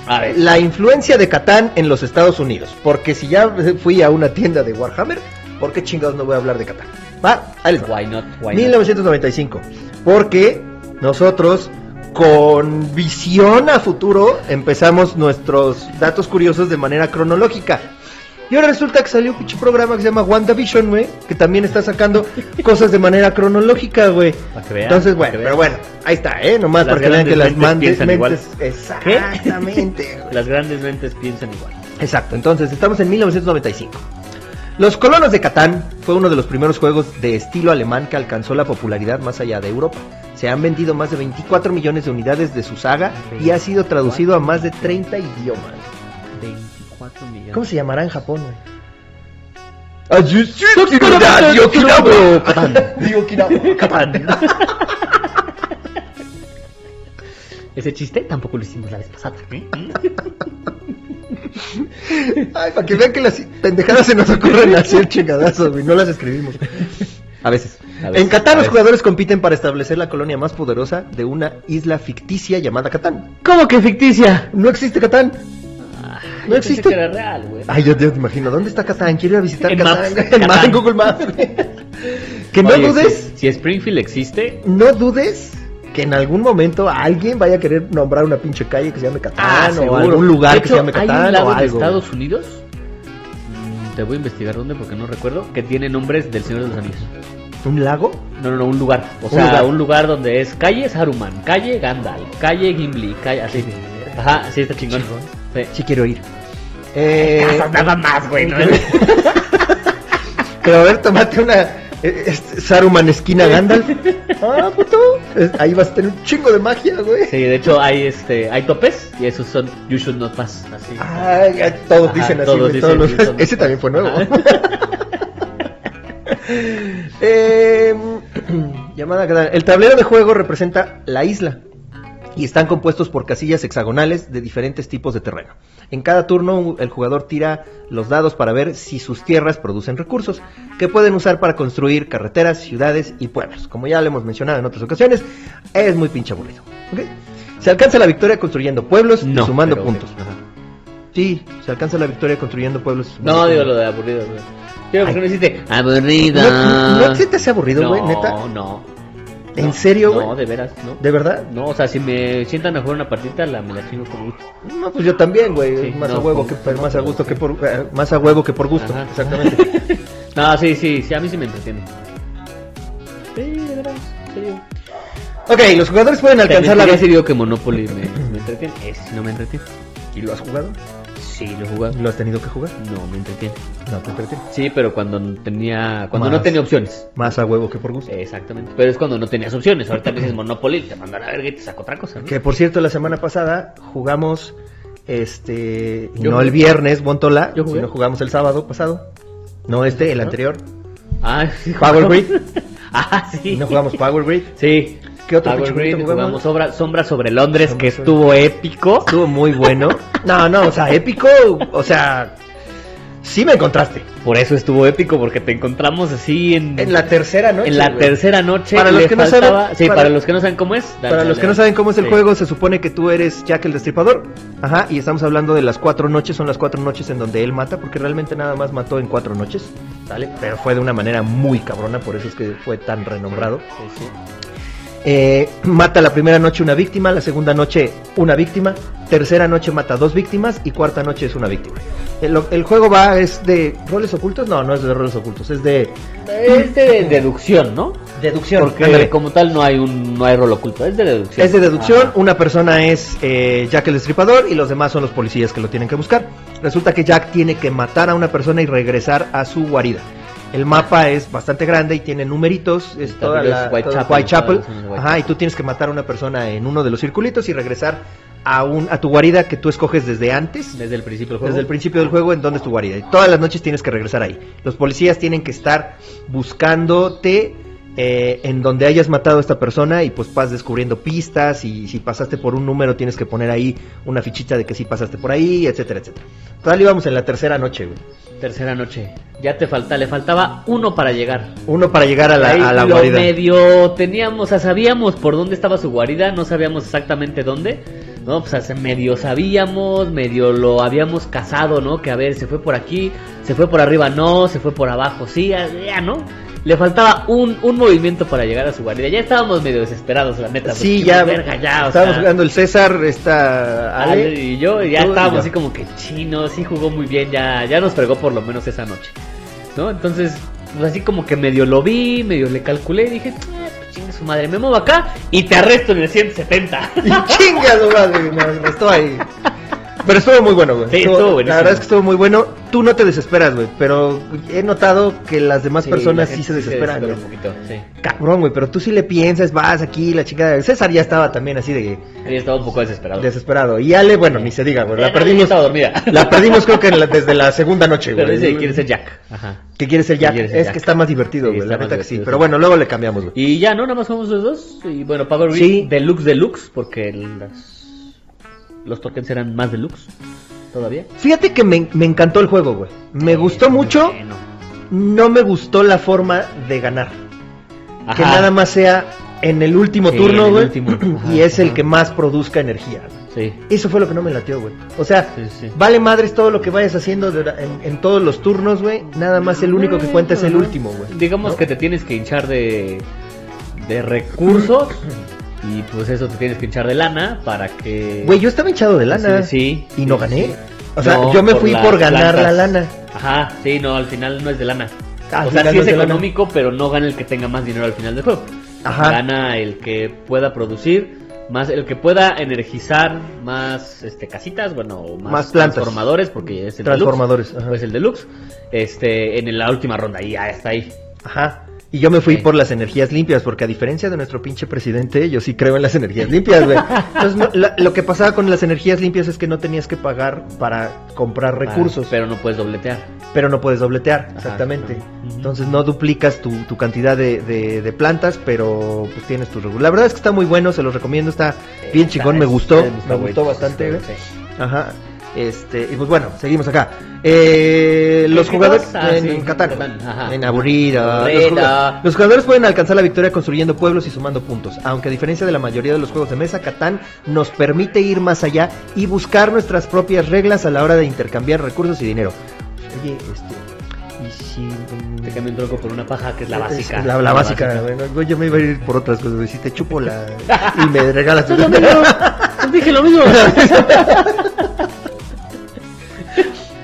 B: A ver.
A: La influencia de Catán en los Estados Unidos. Porque si ya fui a una tienda de Warhammer, ¿por qué chingados no voy a hablar de Catán? Va, ahí les va.
B: Why not? Why not?
A: 1995. Porque nosotros, con visión a futuro, empezamos nuestros datos curiosos de manera cronológica. Y ahora resulta que salió un pinche programa que se llama WandaVision, güey, que también está sacando cosas de manera cronológica, güey.
B: Para que vean,
A: Entonces,
B: para que
A: bueno, pero
B: vean.
A: bueno, ahí está, ¿eh? Nomás
B: Las
A: para que vean que las
B: grandes
A: mandes
B: mentes
A: mentes.
B: piensan
A: Exactamente, güey.
B: Las grandes mentes piensan igual.
A: Exacto, entonces estamos en 1995. Los Colonos de Catán fue uno de los primeros juegos de estilo alemán que alcanzó la popularidad más allá de Europa. Se han vendido más de 24 millones de unidades de su saga y ha sido traducido a más de 30 idiomas.
B: 24 millones.
A: ¿Cómo se llamará en Japón, güey?
B: Ese chiste tampoco lo hicimos la vez pasada.
A: Ay, para que vean que las pendejadas se nos ocurren hacer chingadazos, güey. No las escribimos. A veces.
B: A veces,
A: en Catán
B: a
A: los
B: veces.
A: jugadores compiten para establecer la colonia más poderosa de una isla ficticia llamada Catán.
B: ¿Cómo que ficticia?
A: No existe Catán. No existe.
B: Ah, Que era real, güey.
A: Ay, yo, yo te imagino. ¿Dónde está Catán? Quiero ir a visitar
B: En
A: Catán.
B: Maps.
A: En, Maps,
B: Catán.
A: en Google Maps. güey. que no
B: Oye,
A: dudes,
B: Si, si Springfield existe,
A: no dudes que en algún momento alguien vaya a querer nombrar una pinche calle que se llame Catán o
B: Ah, seguro.
A: ah, algún lugar
B: De
A: que
B: hecho,
A: se llame Catán
B: Hay un lado
A: o
B: de
A: algo.
B: Estados Unidos. mm, Te voy a investigar dónde porque no recuerdo. Que tiene nombres del Señor de los Anillos.
A: ¿Un lago?
B: No, no, no, un lugar. O
A: Un
B: sea,
A: lugar.
B: un lugar donde es calle Saruman, calle Gandalf, calle Gimli, calle así. Ajá, sí, está chingón. Sí.
A: Sí quiero ir. Eh,
B: nada más, güey.
A: Pero a ver, tomate una eh, es- Saruman esquina Gandalf. Ah, puto. Es- Ahí vas a tener un chingo de magia, güey.
B: Sí, de hecho hay este, hay topes y esos son You Should Not Pass. Así.
A: Ay, ay, todos
B: Ajá,
A: dicen así.
B: todos
A: güey,
B: dicen
A: todos los-
B: You Should Not
A: Ese
B: Pass.
A: también fue nuevo.
B: Ajá.
A: Eh, llamada Catán. El tablero de juego representa la isla y están compuestos por casillas hexagonales de diferentes tipos de terreno. En cada turno un- el jugador tira los dados para ver si sus tierras producen recursos que pueden usar para construir carreteras, ciudades y pueblos. Como ya lo hemos mencionado en otras ocasiones, es muy pinche aburrido. ¿ok? Se alcanza la victoria construyendo pueblos y sumando
B: pero,
A: puntos.
B: ok, ajá.
A: Sí, se alcanza la victoria construyendo pueblos. y sumando
B: No, digo
A: puntos.
B: lo de aburrido, güey. Quiero
A: Ay.
B: que no hiciste aburrido.
A: ¿No, no, no se te hace aburrido, güey,
B: no,
A: neta?
B: No,
A: ¿En
B: No,
A: serio, güey?
B: No, de veras, no.
A: ¿De verdad?
B: No, o sea, si me sientan a jugar una partita, la me la chingo con gusto.
A: No, pues yo también, güey.
B: Sí,
A: más
B: no,
A: a huevo que
B: con-
A: por- más a gusto que por eh, más a huevo que por gusto,
B: Ajá.
A: exactamente.
B: No, sí, sí, sí, a mí sí me entretiene. serio.
A: Ok, los jugadores pueden alcanzar la
B: vez y
A: velocidad.
B: digo que Monopoly me, me entretiene. Es, no me entretiene.
A: ¿Y lo has jugado?
B: Sí, lo he jugado.
A: ¿Lo has tenido que jugar?
B: No, me entretiene.
A: No, te entretiene.
B: Sí, pero cuando no tenía cuando
A: Más.
B: no tenía opciones.
A: Más a huevo que por gusto.
B: Exactamente. Pero es cuando no tenías opciones. Ahorita me dices Monopoly, te mandan a verga y te saco otra cosa. ¿no?
A: Que por cierto, la semana pasada jugamos, este, y
B: Yo
A: no
B: jugué.
A: el viernes, Bontola,
B: Yo jugué.
A: sino jugamos el sábado pasado. No este, el anterior.
B: Ah, sí,
A: Power
B: jugamos.
A: Grid.
B: ah, sí.
A: Y no jugamos Power Grid.
B: Sí.
A: ¿Qué otro
B: Power
A: pinche
B: Grid,
A: jueguito jugamos?
B: jugamos Sombra, Sombra sobre Londres,
A: Sombra
B: que
A: sobre-
B: estuvo épico.
A: Estuvo muy bueno. No, no, o sea, épico, o sea, sí me encontraste.
B: Por eso estuvo épico, porque te encontramos así en,
A: En la tercera noche.
B: en la
A: güey.
B: tercera noche.
A: Para los
B: le
A: que no
B: faltaba-
A: saben-
B: sí,
A: para-
B: para, los que no saben cómo es. dale,
A: Para
B: dale,
A: los que
B: dale.
A: no saben cómo es el
B: Sí.
A: juego, se supone que tú eres Jack el Destripador. Ajá, y estamos hablando de las cuatro noches, son las cuatro noches en donde él mata, porque realmente nada más mató en cuatro noches, ¿vale? Pero fue de una manera muy cabrona, por eso es que fue tan renombrado.
B: Sí, sí.
A: Eh, mata la primera noche una víctima, la segunda noche una víctima, tercera noche mata dos víctimas y cuarta noche es una víctima. El, el juego va, es de roles ocultos, no, no es de roles ocultos, es de
B: Es de deducción, ¿no?
A: deducción.
B: Porque
A: ándale.
B: como tal no hay un no hay rol oculto, es de deducción. Ah.
A: Es de deducción,
B: Ajá.
A: una persona es eh, Jack el Destripador y los demás son los policías que lo tienen que buscar. Resulta que Jack tiene que matar a una persona y regresar a su guarida. El mapa es bastante grande y tiene numeritos, es
B: Ah. El
A: toda
B: tablero
A: la
B: es Whitechapel,
A: todo Whitechapel.
B: toda la zona de
A: Ajá, y tú tienes que matar a una persona en uno de los circulitos y regresar a un a tu guarida que tú escoges desde antes.
B: desde el principio del juego.
A: Desde el principio del juego, en dónde es tu guarida. Y todas las noches tienes que regresar ahí. Los policías tienen que estar buscándote eh, en donde hayas matado a esta persona y pues vas descubriendo pistas y si pasaste por un número tienes que poner ahí una fichita de que sí pasaste por ahí, etcétera, etcétera. Total íbamos en la tercera noche, güey.
B: Tercera noche. Ya te falta, le faltaba uno para llegar.
A: Uno para llegar a la,
B: Ahí
A: a la
B: lo
A: guarida.
B: medio teníamos, o sea, sabíamos por dónde estaba su guarida, no sabíamos exactamente dónde. No, pues o sea, medio sabíamos, medio lo habíamos cazado, ¿no? Que a ver, se fue por aquí, se fue por arriba, no, se fue por abajo, sí, ya, ya, ¿no? Le faltaba un, un movimiento para llegar a su guarida. Ya estábamos medio desesperados, la neta.
A: Sí,
B: porque,
A: ya,
B: verga, ya, o
A: estábamos
B: sea,
A: jugando el César, está
B: Ale
A: Ale,
B: y yo ya
A: tú y
B: estábamos
A: yo.
B: así como que chino, sí jugó muy bien, ya, ya nos fregó por lo menos esa noche. ¿No? Entonces, pues así como que medio lo vi, medio le calculé y dije, "Ah, pues chingue su madre, me muevo acá y te arresto en el 170.
A: Y chinga su madre, nos restó ahí. Pero estuvo muy bueno, güey.
B: Sí, estuvo buenísimo.
A: La verdad es que estuvo muy bueno. Tú no te desesperas, güey. Pero he notado que las demás
B: Sí,
A: personas
B: la
A: sí
B: gente
A: se desesperan.
B: desespera
A: güey.
B: un poquito, sí.
A: Cabrón, güey. Pero tú sí le piensas, vas aquí, la chingada. César ya estaba también así de
B: Ella estaba un poco desesperado.
A: desesperado. Y Ale, bueno, ni se diga, güey. La perdimos.
B: estaba dormida.
A: La perdimos creo que en la- desde la segunda noche, güey.
B: Pero dice, quiere ser Jack. Ajá.
A: Que quiere ser
B: Que
A: Jack.
B: quiere ser
A: es
B: Jack.
A: que está más divertido,
B: Sí,
A: güey.
B: está
A: La
B: más
A: neta que sí.
B: divertido.
A: Pero bueno, luego le cambiamos, güey.
B: Y ya, ¿no? Nada más jugamos los dos. Y bueno, Power Grid
A: Sí.
B: Deluxe Deluxe, porque las- los tokens eran más deluxe todavía.
A: Fíjate que me, me encantó el juego, güey. Me gustó mucho.
B: Bueno.
A: no me gustó la forma de ganar. Que
B: Ajá.
A: nada más sea en el último
B: Sí, en
A: turno,
B: el
A: güey.
B: último. Ajá,
A: Y es el
B: ajá.
A: que más produzca energía. güey.
B: Sí.
A: Eso fue lo que no me latió, güey. O sea,
B: Sí, sí.
A: vale madres todo lo que vayas haciendo dura- en, en todos los turnos, güey. Nada más el único que cuenta es el último, güey.
B: Digamos
A: ¿No?
B: que te tienes que hinchar de, de recursos y pues eso te tienes que hinchar de lana para que...
A: Güey, yo estaba hinchado de lana.
B: Sí, sí,
A: Y no
B: sí,
A: gané.
B: sí.
A: O sea,
B: No,
A: yo me fui
B: las
A: por ganar la
B: plantas.
A: lana. Ah,
B: Ajá, sí, no, al final no es de lana.
A: Al
B: o sea,
A: final
B: sí
A: no
B: es
A: es de lana.
B: económico, pero no gana el que tenga más dinero al final del juego.
A: Ajá.
B: Gana el que pueda producir, más el que pueda energizar más este casitas, bueno, o más,
A: Más plantas.
B: transformadores, porque es el
A: Transformadores,
B: Deluxe,
A: ajá.
B: pues el deluxe, este, en la última ronda, y ya está ahí.
A: Ajá. Y yo me fui
B: Sí.
A: por las energías limpias, porque a diferencia de nuestro pinche presidente, yo sí creo en las energías limpias, güey. Entonces, no, la- lo que pasaba con las energías limpias es que no tenías que pagar para comprar recursos,
B: Ah, pero no puedes dobletear.
A: pero no puedes dobletear, exactamente.
B: ajá. Ujú.
A: Entonces, no duplicas tu, tu cantidad de, de- de plantas, pero pues, tienes tus recursos. La verdad es que está muy bueno, se los recomiendo, está
B: Eh,
A: bien chingón, me gustó, me gustó bastante, güey. Ajá. Este, y pues bueno, seguimos acá. Eh, los
B: qué
A: jugadores
B: cosa?
A: en,
B: Sí,
A: en Catán,
B: Catán, ajá.
A: en aburrido. Los,
B: Aburrido.
A: jugado- los jugadores pueden alcanzar la victoria construyendo pueblos y sumando puntos. Aunque a diferencia de la mayoría de los juegos de mesa, Catán nos permite ir más allá y buscar nuestras propias reglas a la hora de intercambiar recursos y dinero. Oye, este, y si
B: Te cambio un troco por una paja que es la básica.
A: la, la básica, bueno, güey, yo me iba a ir por otras cosas. güey, Si te chupo la y me regalas
B: Es lo mismo. Pues Dije lo mismo.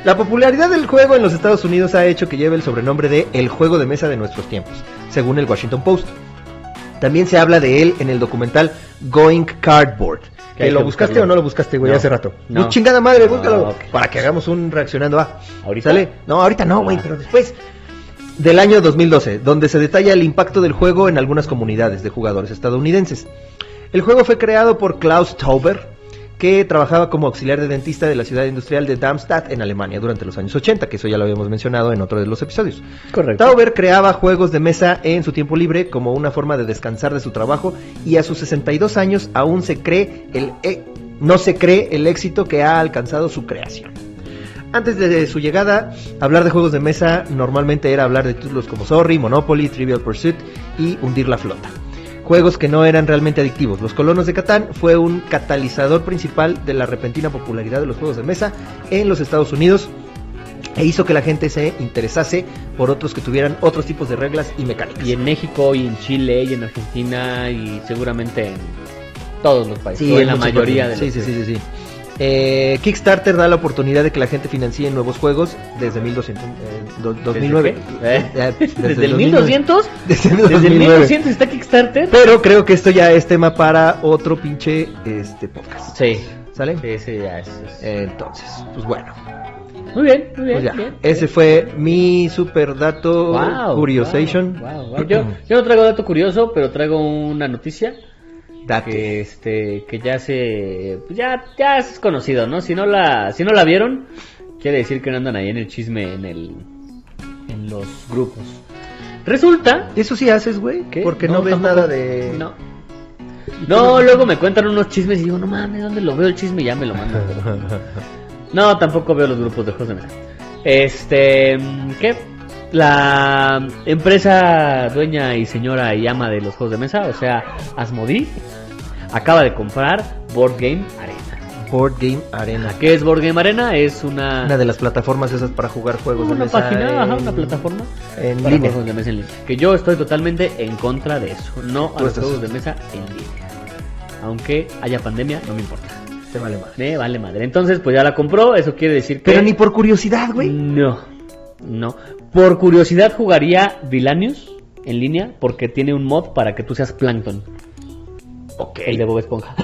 A: La popularidad del juego en los Estados Unidos ha hecho que lleve el sobrenombre de el juego de mesa de nuestros tiempos, según el Washington Post. También se habla de él en el documental Going Cardboard.
B: Que
A: ¿Que
B: hay que
A: ¿Lo buscaste
B: buscarlo.
A: o no lo buscaste, güey,
B: No.
A: hace rato?
B: No.
A: No. chingada madre,
B: No,
A: búscalo.
B: ok.
A: Para que hagamos un reaccionando a.
B: ¿Ahorita?
A: ¿Sale? No, ahorita no, güey,
B: Ah.
A: pero después. Del año 2012, donde se detalla el impacto del juego en algunas comunidades de jugadores estadounidenses. El juego fue creado por Klaus Tauber, que trabajaba como auxiliar de dentista de la ciudad industrial de Darmstadt en Alemania durante los años 80, que eso ya lo habíamos mencionado en otro de los episodios.
B: Correcto.
A: Tauber creaba juegos de mesa en su tiempo libre como una forma de descansar de su trabajo y a sus 62 años aún se cree el e- no se cree el éxito que ha alcanzado su creación. Antes de su llegada, hablar de juegos de mesa normalmente era hablar de títulos como Sorry, Monopoly, Trivial Pursuit y Hundir la Flota. Juegos que no eran realmente adictivos. Los Colonos de Catán fue un catalizador principal de la repentina popularidad de los juegos de mesa en los Estados Unidos e hizo que la gente se interesase por otros que tuvieran otros tipos de reglas y mecánicas.
B: Y en México, y en Chile, y en Argentina, y seguramente en todos los países. o en la
A: muchos
B: mayoría de
A: países.
B: los
A: Sí, sí, sí, sí, sí. Eh, Kickstarter da la oportunidad de que la gente financie nuevos juegos desde 1200, eh, do- 2009.
B: qué? ¿Eh?
A: Eh,
B: Desde, el
A: 2009.
B: 1200,
A: Desde el
B: desde
A: 1900.
B: el 1900 está Kickstarter.
A: Pero creo que esto ya es tema para otro pinche este podcast.
B: Sí,
A: ¿Sale?
B: sí, sí, ya es. es-
A: Entonces, pues bueno,
B: Muy bien, muy bien.
A: pues ya.
B: bien,
A: Ese
B: bien.
A: fue mi super dato
B: Wow,
A: curiosation.
B: wow, wow, wow. Yo, yo no traigo dato curioso, pero traigo una noticia
A: Date.
B: que este que ya se pues ya ya es conocido, ¿no? Si no la si no la vieron, quiere decir que no andan ahí en el chisme en el en los grupos. Resulta
A: ¿Eso sí haces, güey?
B: que
A: Porque no, ves
B: tampoco-
A: nada de...
B: No. No, luego me cuentan unos chismes y digo, no mames, ¿dónde lo veo el chisme? Y ya me lo mandan. No, tampoco veo los grupos de juegos de mesa. Este, mm, ¿qué? La empresa dueña y señora y ama de los juegos de mesa, o sea, Asmodee, acaba de comprar Board Game Arena.
A: Board Game Arena.
B: ¿A ¿Qué es Board Game Arena? Es una,
A: Una de las plataformas esas para jugar juegos de
B: una
A: mesa
B: página, ajá,
A: en-
B: una plataforma
A: en
B: para
A: línea.
B: juegos de mesa en línea. Que yo estoy totalmente en contra de eso, no a
A: Tú
B: los
A: estás-
B: juegos de mesa en línea. Aunque haya pandemia, no me importa.
A: Te vale madre.
B: Me vale madre. Entonces, pues ya la compró, eso quiere decir que...
A: Pero ni por curiosidad, güey.
B: No, no. Por curiosidad jugaría Vilanius en línea porque tiene un mod para que tú seas Plankton,
A: Ok.
B: el de Bob Esponja.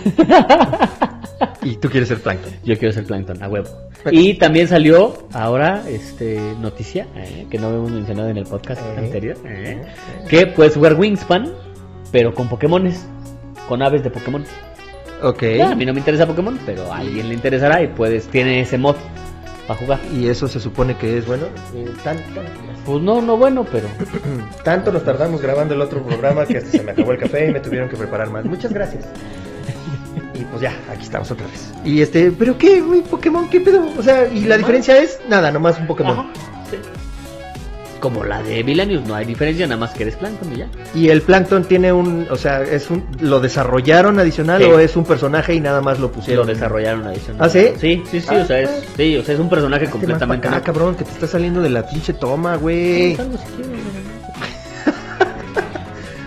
A: Y tú quieres ser Plankton.
B: Yo quiero ser Plankton, a huevo.
A: Pero-
B: Y también salió ahora este noticia eh, que no habíamos mencionado en el podcast
A: Eh,
B: anterior, eh, que puedes jugar Wingspan, pero con Pokémones, con aves de Pokémon.
A: Ok.
B: Ya, a mí no me interesa Pokémon, pero a alguien le interesará y puedes tiene ese mod para jugar.
A: Y eso se supone que es bueno. eh,
B: Pues no, no bueno, pero
A: Mm, Tanto nos tardamos grabando el otro programa que hasta se me acabó el café y me tuvieron que preparar más. Muchas gracias. Y pues ya, aquí estamos otra vez. Y este, ¿pero qué? güey? ¿Pokémon? ¿Qué pedo? O sea, y la diferencia es nada, nomás un Pokémon.
B: Como la de Vilanius, no hay diferencia, nada más que eres Plankton y ya.
A: Y el Plankton tiene un, o sea, es un, lo desarrollaron adicional
B: Sí.
A: o es un personaje y nada más lo
B: lo
A: pusieron.
B: desarrollaron adicional.
A: ¿Ah, sí?
B: Sí, sí, sí,
A: Ah,
B: o sea, es, sí, o sea, es un personaje
A: Hazte más
B: completamente...
A: pa' acá,
B: nuevo.
A: cabrón, que te está saliendo de la pinche toma, güey.
B: Salgo si quieres, mira.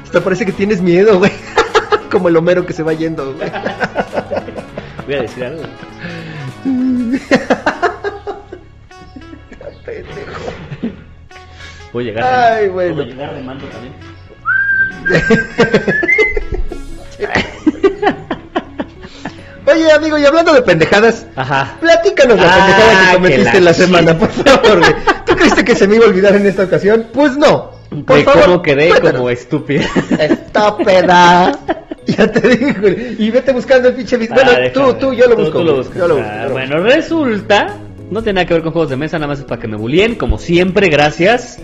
A: Hasta parece que tienes miedo, güey. Como el Homero que se va yendo, güey.
B: Voy a decir algo. Voy a llegar de-
A: Ay,
E: Puedo
A: bueno.
E: llegar de mando también.
A: Oye, amigo, y hablando de pendejadas,
B: Ajá.
A: platícanos la
B: Ah,
A: pendejada que
B: que
A: cometiste
B: la
A: la semana, por favor, güey. ¿Tú creíste que se me iba a olvidar en esta ocasión? Pues no. Por
B: De
A: favor,
B: cómo quedé
A: cuéntanos.
B: como estúpida.
A: Estópeda. Ya te dije, güey. Y vete buscando el pinche video.
B: Ah,
A: Bueno,
B: déjame.
A: tú, tú, yo lo busco.
B: tú lo
A: güey.
B: buscas.
A: Yo lo busco.
B: Ah,
A: yo lo busco.
B: bueno, resulta, no tiene nada que ver con juegos de mesa, nada más es para que me bulíen, como siempre, gracias.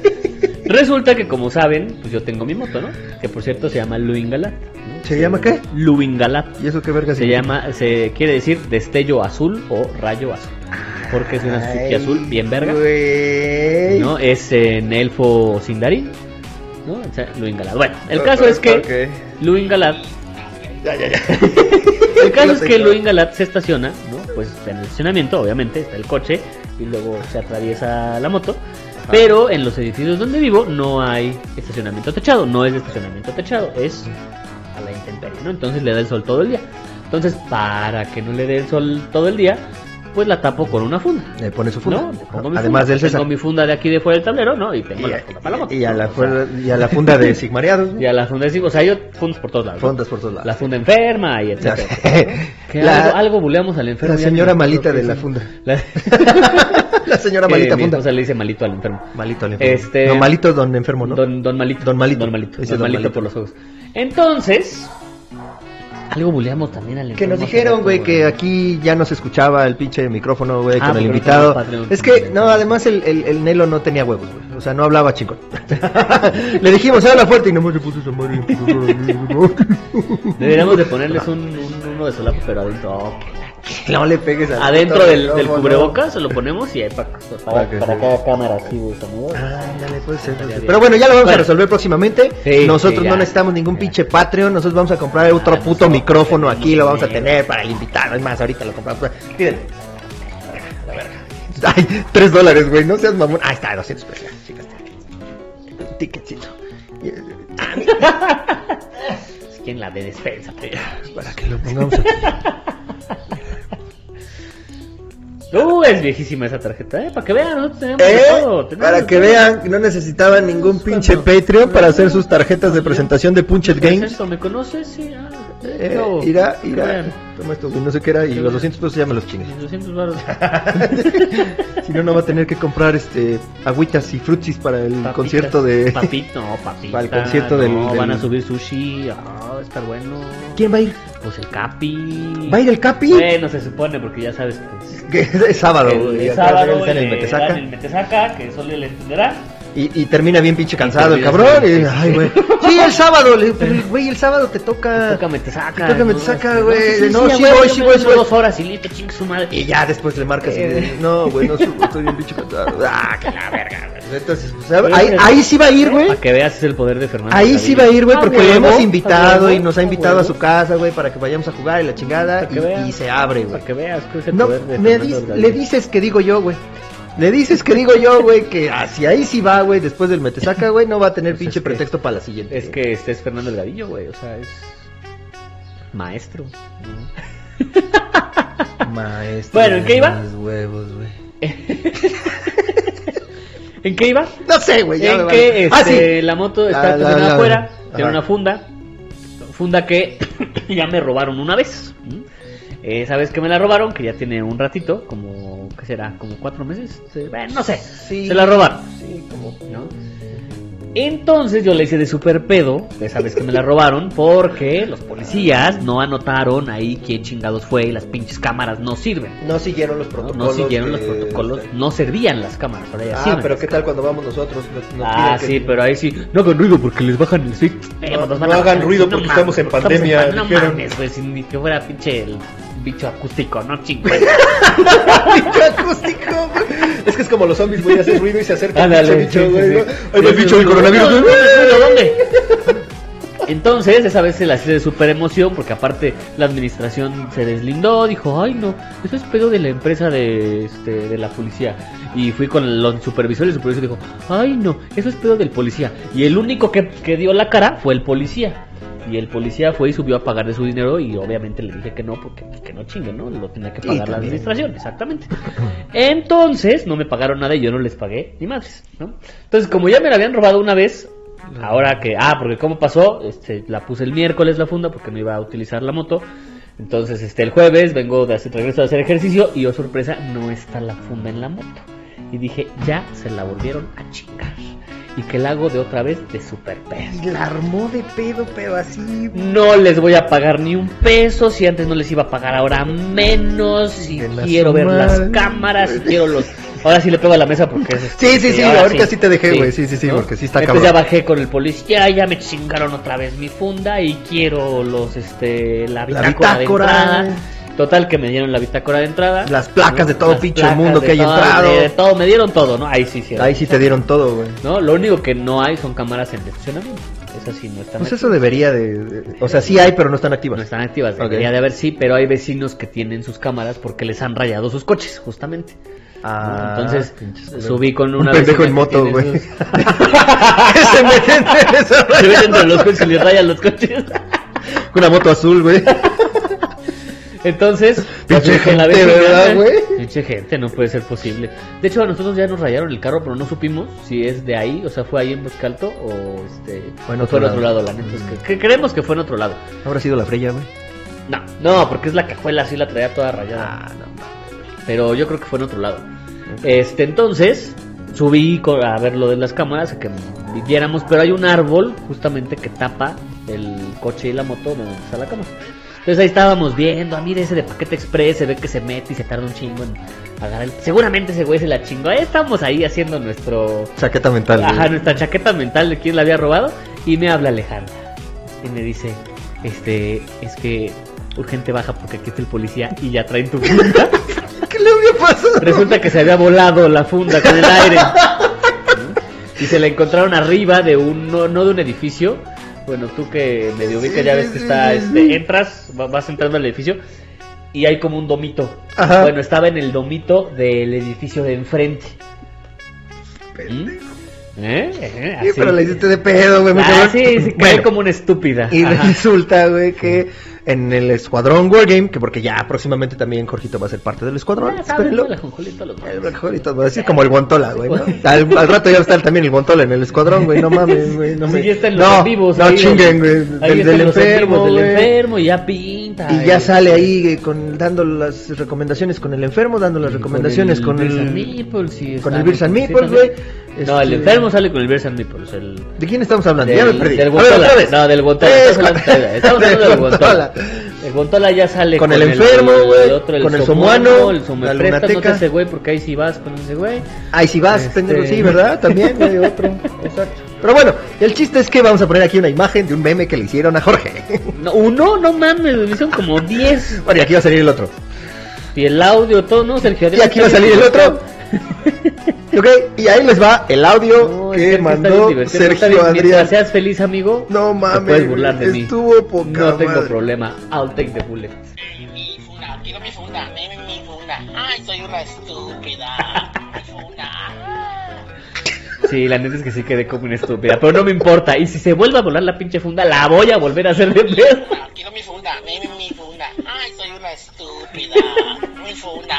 B: resulta que, como saben, pues yo tengo mi moto, ¿no? Que por cierto se llama Luingalat.
A: ¿Se llama qué?
B: Luingalat.
A: ¿Y eso qué verga
B: Se llama, se quiere decir destello azul o rayo azul. Porque es una Suzuki azul bien verga.
A: Güey.
B: ¿no? Es en elfo Sindarin, ¿no? O sea, Luingalad. Bueno, el caso es que Luingalad. El caso es que Luingalad se estaciona, ¿no? Pues en el estacionamiento, obviamente, está el coche y luego se atraviesa la moto. Pero en los edificios donde vivo no hay estacionamiento techado, no es de estacionamiento techado, es a la intemperie, ¿no? Entonces le da el sol todo el día. Entonces, para que no le dé el sol todo el día, pues la tapo con una funda.
A: Le pone su funda.
B: ¿No? Le pongo mi
A: Además
B: funda.
A: del César.
B: Tengo mi funda de aquí de fuera del tablero, ¿no? Y tengo
A: Y,
B: la funda palomota.
A: y a la,
B: O sea,
A: fuera- y a la funda de Sigmareados. ¿no?
B: Y a la funda de... O sea, yo fundas por todos lados. ¿no?
A: Fundas por todos lados.
B: La funda enferma y
A: Ya
B: etcétera.
A: sé.
B: Que
A: La-
B: algo, algo buleamos al enfermo.
A: la
B: ya
A: señora
B: no me
A: malita
B: acuerdo
A: de
B: qué
A: la
B: hizo.
A: funda.
B: La,
A: La señora
B: que
A: malita
B: Eh, mi
A: funda.
B: esposa le dice malito al enfermo.
A: Malito, le enfermo.
B: Este-
A: No, malito, don enfermo, ¿no?
B: Don, don Malito.
A: Don Malito.
B: Don Malito.
A: Ese
B: Don
A: Don
B: Malito
A: Malito.
B: por los juegos. Entonces, algo buleamos también al
A: Que
B: enfermo
A: nos
B: hace
A: dijeron,
B: rato,
A: güey, que aquí ya no se escuchaba el pinche micrófono, güey,
B: Ah,
A: con el
B: porque no
A: invitado.
B: tenemos Patreon.
A: es que, no, además el, el, el Nelo no tenía huevos, güey. O sea, no hablaba chingón. Le dijimos, habla fuerte y nomás le puso esa madre. pues,
B: Deberíamos de ponerles un, un- uno de solapa, pero adentro.
A: no le pegues al-
B: Adentro del, del
A: ¿Cómo no?
B: cubrebocas se lo ponemos y ahí para,
A: Para que se-
B: cada cámara así, güey, sonido.
A: Ándale, puede ser, puede ser.
B: bien.
A: Pero bueno, ya lo vamos
B: Bueno.
A: a resolver próximamente.
B: Sí,
A: nosotros
B: sí, ya.
A: no necesitamos ningún
B: Ya.
A: pinche Patreon. Nosotros vamos a comprar otro
B: Ah,
A: puto
B: nosotros
A: micrófono
B: tenemos
A: aquí. Lo vamos a
B: dinero.
A: tener para el invitado. Es más, ahorita lo compramos. Miren. Ay, tres dólares, güey. No seas mamón. Ahí está, 200 pesos. Chicas, ticketcito. Y- eh,
B: Es que en la de despensa.
A: Para que lo pongamos aquí.
B: Uh, es viejísima esa tarjeta, eh. Para que vean, nosotros tenemos de
A: ¿Eh?
B: todo, tenemos
A: Para
B: de
A: que
B: todo.
A: vean, que no necesitaban ningún pinche Patreon para hacer sus tarjetas de presentación de Punchet
B: ¿Qué es
A: Games.
B: esto? ¿Me conoces? Sí, ah, eh,
A: Eh,
B: yo.
A: irá,
B: Que
A: irá.
B: vean.
A: Toma esto, güey. No sé qué era. Y
B: Que
A: los
B: vean.
A: 200 pesos ya me los chingué.
B: 200 baros.
A: Si no, no va a tener que comprar este agüitas y frutsis para el
B: Papitas.
A: concierto de.
B: Papito, no, papita.
A: Para el concierto
B: no,
A: del-
B: Van a
A: del-
B: subir sushi. Ah, va a estar bueno.
A: ¿Quién va a ir?
B: Pues el Capi.
A: ¿Va a ir el Capi?
B: Bueno, se supone, porque ya sabes que es-
A: Que es sábado.
B: el,
A: güey,
B: el
A: acá
B: sábado
A: está en el
B: le
A: Metesaca.
B: dan el Metesaca, que solo le entenderá.
A: Y, y termina bien pinche cansado el
B: termina
A: cabrón.
B: bien,
A: y-
B: sí, sí.
A: ay, güey. Sí, el sábado. le- pero, güey, el sábado te toca.
B: Toca Metesaca.
A: Te Ah, toca
B: ¿no?
A: Metesaca,
B: Este,
A: güey. No,
B: a
A: sí
B: huevo,
A: voy,
B: yo
A: sí
B: me
A: voy,
B: duermo
A: sí voy.
B: dos horas y listo, chingue su madre.
A: Y ya después le marcas y
B: Eh.
A: de, no, güey, no subo, estoy bien pinche cansado. Ah, que la verga, güey. Entonces, o sea,
B: Pero
A: ahí,
B: mira,
A: ahí sí va a ir, güey.
B: Para que veas es el poder de Fernando.
A: Ahí sí va a ir, güey,
B: Ah,
A: porque
B: huevo,
A: lo hemos
B: ah,
A: invitado
B: huevo,
A: y nos ha
B: ah,
A: invitado a
B: huevo.
A: su casa, güey, para que vayamos a jugar y la chingada.
B: Para que veas.
A: Y, y se abre, güey.
B: Para que veas que es el
A: No,
B: poder de
A: me
B: Fernando
A: dis-
B: Gabriel.
A: le dices que digo yo, güey. Le dices que digo yo, güey, que hacia ahí sí va, güey, después del metesaca, güey, no va a tener
B: Pues
A: pinche
B: es que-
A: pretexto para la siguiente.
B: Es que este es Fernando Delgadillo, güey. O sea, es maestro.
A: Maestro.
B: Bueno, ¿en qué iba?
A: los huevos, güey.
B: ¿En qué iba?
A: No sé, güey. ya me
B: en
A: vale.
B: que
A: Ah,
B: este,
A: sí.
B: la moto
A: La-
B: está
A: la-
B: estacionada
A: la-
B: afuera,
A: ajá.
B: tiene una funda, funda que ya me robaron una vez. ¿m? Eh, Sabes que me la robaron, que ya tiene un ratito, como, ¿qué será? Como cuatro meses. Sí, Bueno, no sé,
A: Sí.
B: se la robaron.
A: Sí, como-
B: ¿no? Entonces yo le hice de super pedo, esa vez que me la robaron, porque los policías no anotaron ahí quién chingados fue y las pinches cámaras no sirven.
A: No siguieron los
B: ¿no? No,
A: protocolos.
B: siguieron los
A: de- este.
B: protocolos, no servían las cámaras. ahora ya
A: Ah,
B: sirven
A: pero
B: las
A: ¿qué tal cuando vamos nosotros? Nos- nos
B: ah,
A: piden que-
B: sí, pero ahí sí. No hagan ruido porque les bajan el suite.
A: No, no hagan ruido porque estamos en pandemia,
B: no pues,
A: dijeron.
B: mames, güey, si ni que fuera pinche el bicho acústico, no chingo.
A: Bicho acústico, güey. Es que es como los zombies, güey, hacen ruido y se acercan.
B: Ándale,
A: Bicho, bicho,
B: sí,
A: güey,
B: sí, sí.
A: ¿no? Ahí va el bicho del coronavirus.
B: No, no,
A: güey.
B: no, no, ¿Dónde? Entonces, esa vez se la hice de súper emoción porque aparte la administración se deslindó, dijo, ay no, eso es pedo de la empresa de, este, de la policía. Y fui con los supervisores, el supervisor dijo, ay no, eso es pedo del policía. Y el único que, que dio la cara fue el policía. Y el policía fue y subió a pagar de su dinero y obviamente le dije que no, porque pues, que no chinguen, ¿no? Lo tenía que
A: Y
B: pagar la
A: también.
B: administración, exactamente. Entonces, no me pagaron nada y yo no les pagué ni madres, ¿no? Entonces, como ya me la habían robado una vez, ahora que, ah, porque cómo pasó, este, la puse el miércoles la funda porque no iba a utilizar la moto. Entonces, este, el jueves vengo de hacer regreso a hacer ejercicio y, oh sorpresa, no está la funda en la moto. Y dije, ya se la volvieron a chingar. Y que la hago de otra vez de super pez.
A: Y la armó de pedo, pero así.
B: No les voy a pagar ni un peso, si antes no les iba a pagar ahora menos, si
A: De la
B: quiero ver las
A: madre.
B: cámaras, si quiero los... Ahora sí le pego a la mesa porque... es este,
A: Sí, sí, sí,
B: ahora
A: ahorita sí te dejé, güey, sí, sí, sí, porque sí está
B: Entonces
A: cabrón.
B: ya bajé con el policía, ya me chingaron otra vez mi funda y quiero los, este, la
A: La
B: bitácora, de
A: bitácora.
B: entrada. Total, que me dieron la bitácora de entrada.
A: Las placas de todo pinche
B: placas
A: mundo
B: de
A: que hay
B: todo,
A: entrado.
B: De, de todo, me dieron todo, ¿no? Ahí sí, sí.
A: Ahí sí te dieron todo, güey.
B: ¿No? Lo único que no hay son cámaras en estacionamiento. Esas sí no están
A: Pues
B: aquí.
A: eso debería de, de- O sea, sí hay, pero no están activas.
B: No están activas,
A: Ok.
B: debería de haber sí, pero hay vecinos que tienen sus cámaras porque les han rayado sus coches, justamente.
A: Ah,
B: Entonces
A: pinches culeros.
B: subí con
A: Un
B: una
A: pendejo
B: vecina
A: en
B: que
A: moto,
B: tiene
A: güey. Que
B: sus-
A: se mete en esa
B: Se meten entre los coches y les rayan los coches.
A: Una moto azul, güey.
B: Entonces,
A: Pinche
B: pasé con la
A: gente,
B: vecina,
A: ¿verdad, güey?
B: Sí, Pinche gente, no puede ser posible. De hecho, a nosotros ya nos rayaron el carro, pero no supimos si es de ahí, o sea, fue ahí en Boscalto o este,
A: Fue en
B: o
A: otro
B: en otro
A: lado. Mm.
B: lado. La neta es que, que creemos que fue en otro lado.
A: Habrá sido la freya, güey.
B: No, no, porque es la cajuela, así la traía toda rayada.
A: Ah, no mames.
B: Pero yo creo que fue en otro lado. Este, entonces, subí co- a ver lo de las cámaras, a que viéramos, pero hay un árbol justamente que tapa el coche y la moto donde está la cámara. Entonces ahí estábamos viendo, ah, mira ese de paquete express, se ve que se mete y se tarda un chingo en agarrar el... Seguramente ese güey se la chingó. Ahí estamos ahí haciendo nuestro...
A: Chaqueta mental.
B: Ajá,
A: güey.
B: nuestra chaqueta mental de quién la había robado. Y me habla Alejandra. Y me dice, este, es que urgente baja porque aquí está el policía y ya traen tu funda.
A: ¿Qué le había pasado?
B: Resulta que se había volado la funda con el aire. Y se la encontraron arriba de un, no, no de un edificio. Bueno, tú que medio ubicas, ya ves que está, este, entras, va- vas entrando al edificio y hay como un domito.
A: Ajá.
B: Bueno, estaba en el domito del edificio de enfrente. ¿Mm? ¿Eh? Ajá,
A: Sí,
B: así.
A: pero la hiciste de pedo, güey. me
B: Ah,
A: cabrón.
B: sí, sí, caí
A: Bueno,
B: como una estúpida.
A: Y
B: Ajá.
A: resulta, güey, que en el escuadrón Wargame, que porque ya próximamente también Jorgito va a ser parte del escuadrón,
B: Ah, sabes,
A: espérenlo.
B: ¿no? La jonjolita, los
A: El Black Hole y todo, así como el Guantola, güey, ¿no? Al, al rato ya va a estar también el Guantola en el escuadrón, güey, no mames, güey, no
B: Sí,
A: me...
B: ya están los
A: no,
B: en vivos.
A: no
B: ahí,
A: chinguen, güey,
B: los- ahí
A: del,
B: están
A: del
B: los en
A: enfermo,
B: vivos del
A: güey.
B: enfermo, y ya pinta.
A: Y ya
B: eh.
A: sale ahí güey, con, dando las recomendaciones con el enfermo, dando las
B: Y
A: recomendaciones con
B: Beers and
A: el...
B: Meeples, sí,
A: Con
B: está
A: el Beers and
B: bien, sí,
A: Meeples,
B: también.
A: güey.
B: No, el
A: Este-
B: enfermo sale con el Beers and Meeples. El...
A: ¿De quién estamos hablando?
B: Del,
A: ya me perdí.
B: Del
A: A ver,
B: Guantola.
A: otra vez.
B: No, del Guantola.
A: Es-
B: Estamos hablando, estamos hablando
A: del
B: del Guantola. El Guantola ya sale
A: Con el enfermo, güey,
B: otro,
A: con el
B: somuano,
A: somuano,
B: El
A: la
B: somepresta, no te
A: lunateca.
B: hace güey, porque ahí sí vas con ese güey.
A: Ay, si vas,
B: Este-
A: pendejo, sí, ¿verdad? También, güey, otro. Exacto. Pero bueno, el chiste es que vamos a poner aquí una imagen de un meme que le hicieron a Jorge.
B: No, uno, no mames, me hicieron como 10.
A: Bueno, y aquí va a salir el otro.
B: Y el audio, todo, ¿no? Sergio
A: Y aquí va a salir el otro. Ok, y ahí les va el audio
B: No, es
A: que
B: está bien
A: mandó
B: divertido, está bien.
A: Sergio Adrián.
B: Mientras seas feliz, amigo.
A: No
B: te
A: mames,
B: puedes burlar de mí.
A: estuvo poca
B: No tengo
A: madre.
B: problema. I'll take the bullet.
F: Mi funda, quiero mi funda, mi, mi funda. Ay, soy una estúpida. Mi funda.
B: Sí, la neta es que sí quedé como una estúpida, pero no me importa. Y si se vuelve a volar la pinche funda, la voy a volver a hacer de pedo.
F: Ah, Quiero mi funda, mi, mi, mi funda. Ay, soy una estúpida. Mi funda.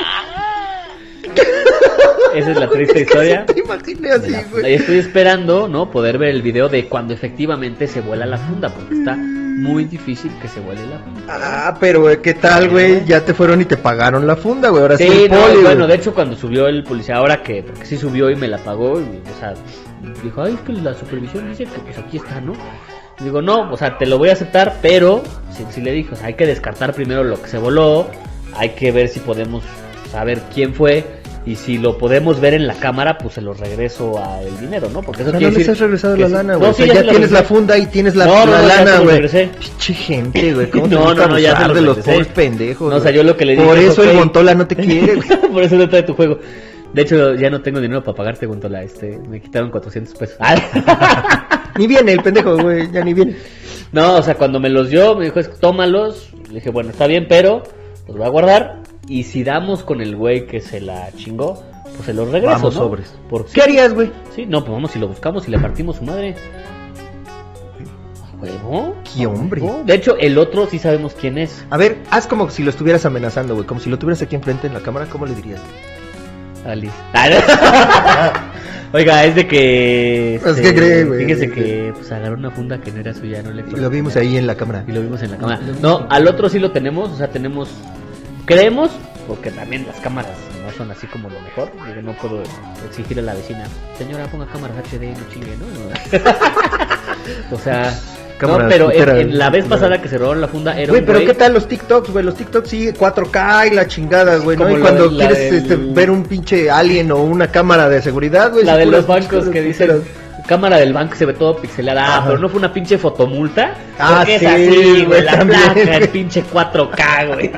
B: Esa es la triste historia.
A: Te imaginé así,
B: La-
A: güey.
B: Ahí estoy esperando, ¿no? Poder ver el video de cuando efectivamente se vuela la funda, porque está muy difícil que se vuele la funda.
A: Ah, pero güey, ¿qué tal, güey? Ya te fueron y te pagaron la funda, güey. Ahora sí,
B: Sí,
A: el
B: no,
A: poli, güey.
B: bueno, de hecho cuando subió el policía, ahora que, porque sí subió y me la pagó, y, o sea, dijo, ay, es que la supervisión dice que pues aquí está, ¿no? Y Digo, no, o sea, te lo voy a aceptar, pero sí, sí le dijo, o sea, hay que descartar primero lo que se voló, hay que ver si podemos saber quién fue, y si lo podemos ver en la cámara, pues se lo regreso a el dinero, ¿no? Porque eso
A: O sea, no
B: quiere
A: les
B: decir
A: has regresado
B: que
A: la
B: sí-
A: lana,
B: No,
A: güey. O
B: sí,
A: sea,
B: ya
A: ya,
B: se la
A: tienes la
B: regresé.
A: funda y tienes la,
B: No, no,
A: la
B: no, ya se
A: lana,
B: lo
A: güey.
B: regresé.
A: Pinche gente, güey. ¿Cómo
B: No,
A: te gusta
B: no, no, ya
A: abusar
B: se lo
A: de los
B: regresé.
A: pobres pendejos?
B: No, o sea,
A: güey?
B: yo lo que le dije
A: Por
B: es,
A: eso
B: ok.
A: el Montola no te quiere, güey.
B: Por eso no trae tu juego. De hecho, ya no tengo dinero para pagarte, Guntola. Este, me quitaron 400 pesos. Ah,
A: Ni viene el pendejo, güey. Ya ni viene.
B: no, o sea, cuando me los dio, me dijo, es, tómalos. Le dije, bueno, está bien, pero los voy a guardar. Y si damos con el güey que se la chingó, pues se los regreso.
A: Vamos,
B: ¿no?
A: sobres.
B: Por-
A: ¿Qué harías, güey?
B: Sí, no, pues vamos y lo buscamos y le partimos su madre. A huevo.
A: ¡Qué
B: a
A: hombre!
B: huevo. De hecho, el otro sí sabemos quién es.
A: A ver, haz como si lo estuvieras amenazando, güey. Como si lo tuvieras aquí enfrente en la cámara. ¿Cómo le dirías?
B: Alice. Ah, no. Oiga, es de que.
A: Pues,
B: este,
A: ¿qué cree, güey?
B: Fíjese que pues, agarró una funda que no era suya, no le
A: Y lo vimos ahí en la cámara.
B: Y lo vimos en la cámara. No, al otro sí lo tenemos, o sea, tenemos. Creemos, porque también las cámaras no son así como lo mejor. Yo no puedo exigir a la vecina, señora, ponga cámaras HD, no chingue, ¿no? o sea. no,
A: Cámaras
B: pero en,
A: puteras.
B: en la vez pasada que se robaron la funda era
A: Güey,
B: un
A: pero
B: güey-
A: ¿qué tal los TikToks, güey? Los TikToks sí, 4K y la chingada, güey, ¿no?
B: Como
A: Y
B: la
A: cuando
B: de- la
A: quieres
B: del-
A: este, ver un pinche alien o una cámara de seguridad, güey.
B: La
A: sí,
B: de
A: Pues, puras
B: los bancos
A: cosas
B: que
A: puteras.
B: dicen cámara del banco se ve todo pixelada, Ah,
A: Ajá.
B: pero no fue una pinche fotomulta.
A: Ah,
B: Porque es
A: sí,
B: así, güey,
A: güey,
B: la
A: también.
B: placa, el pinche 4K, güey.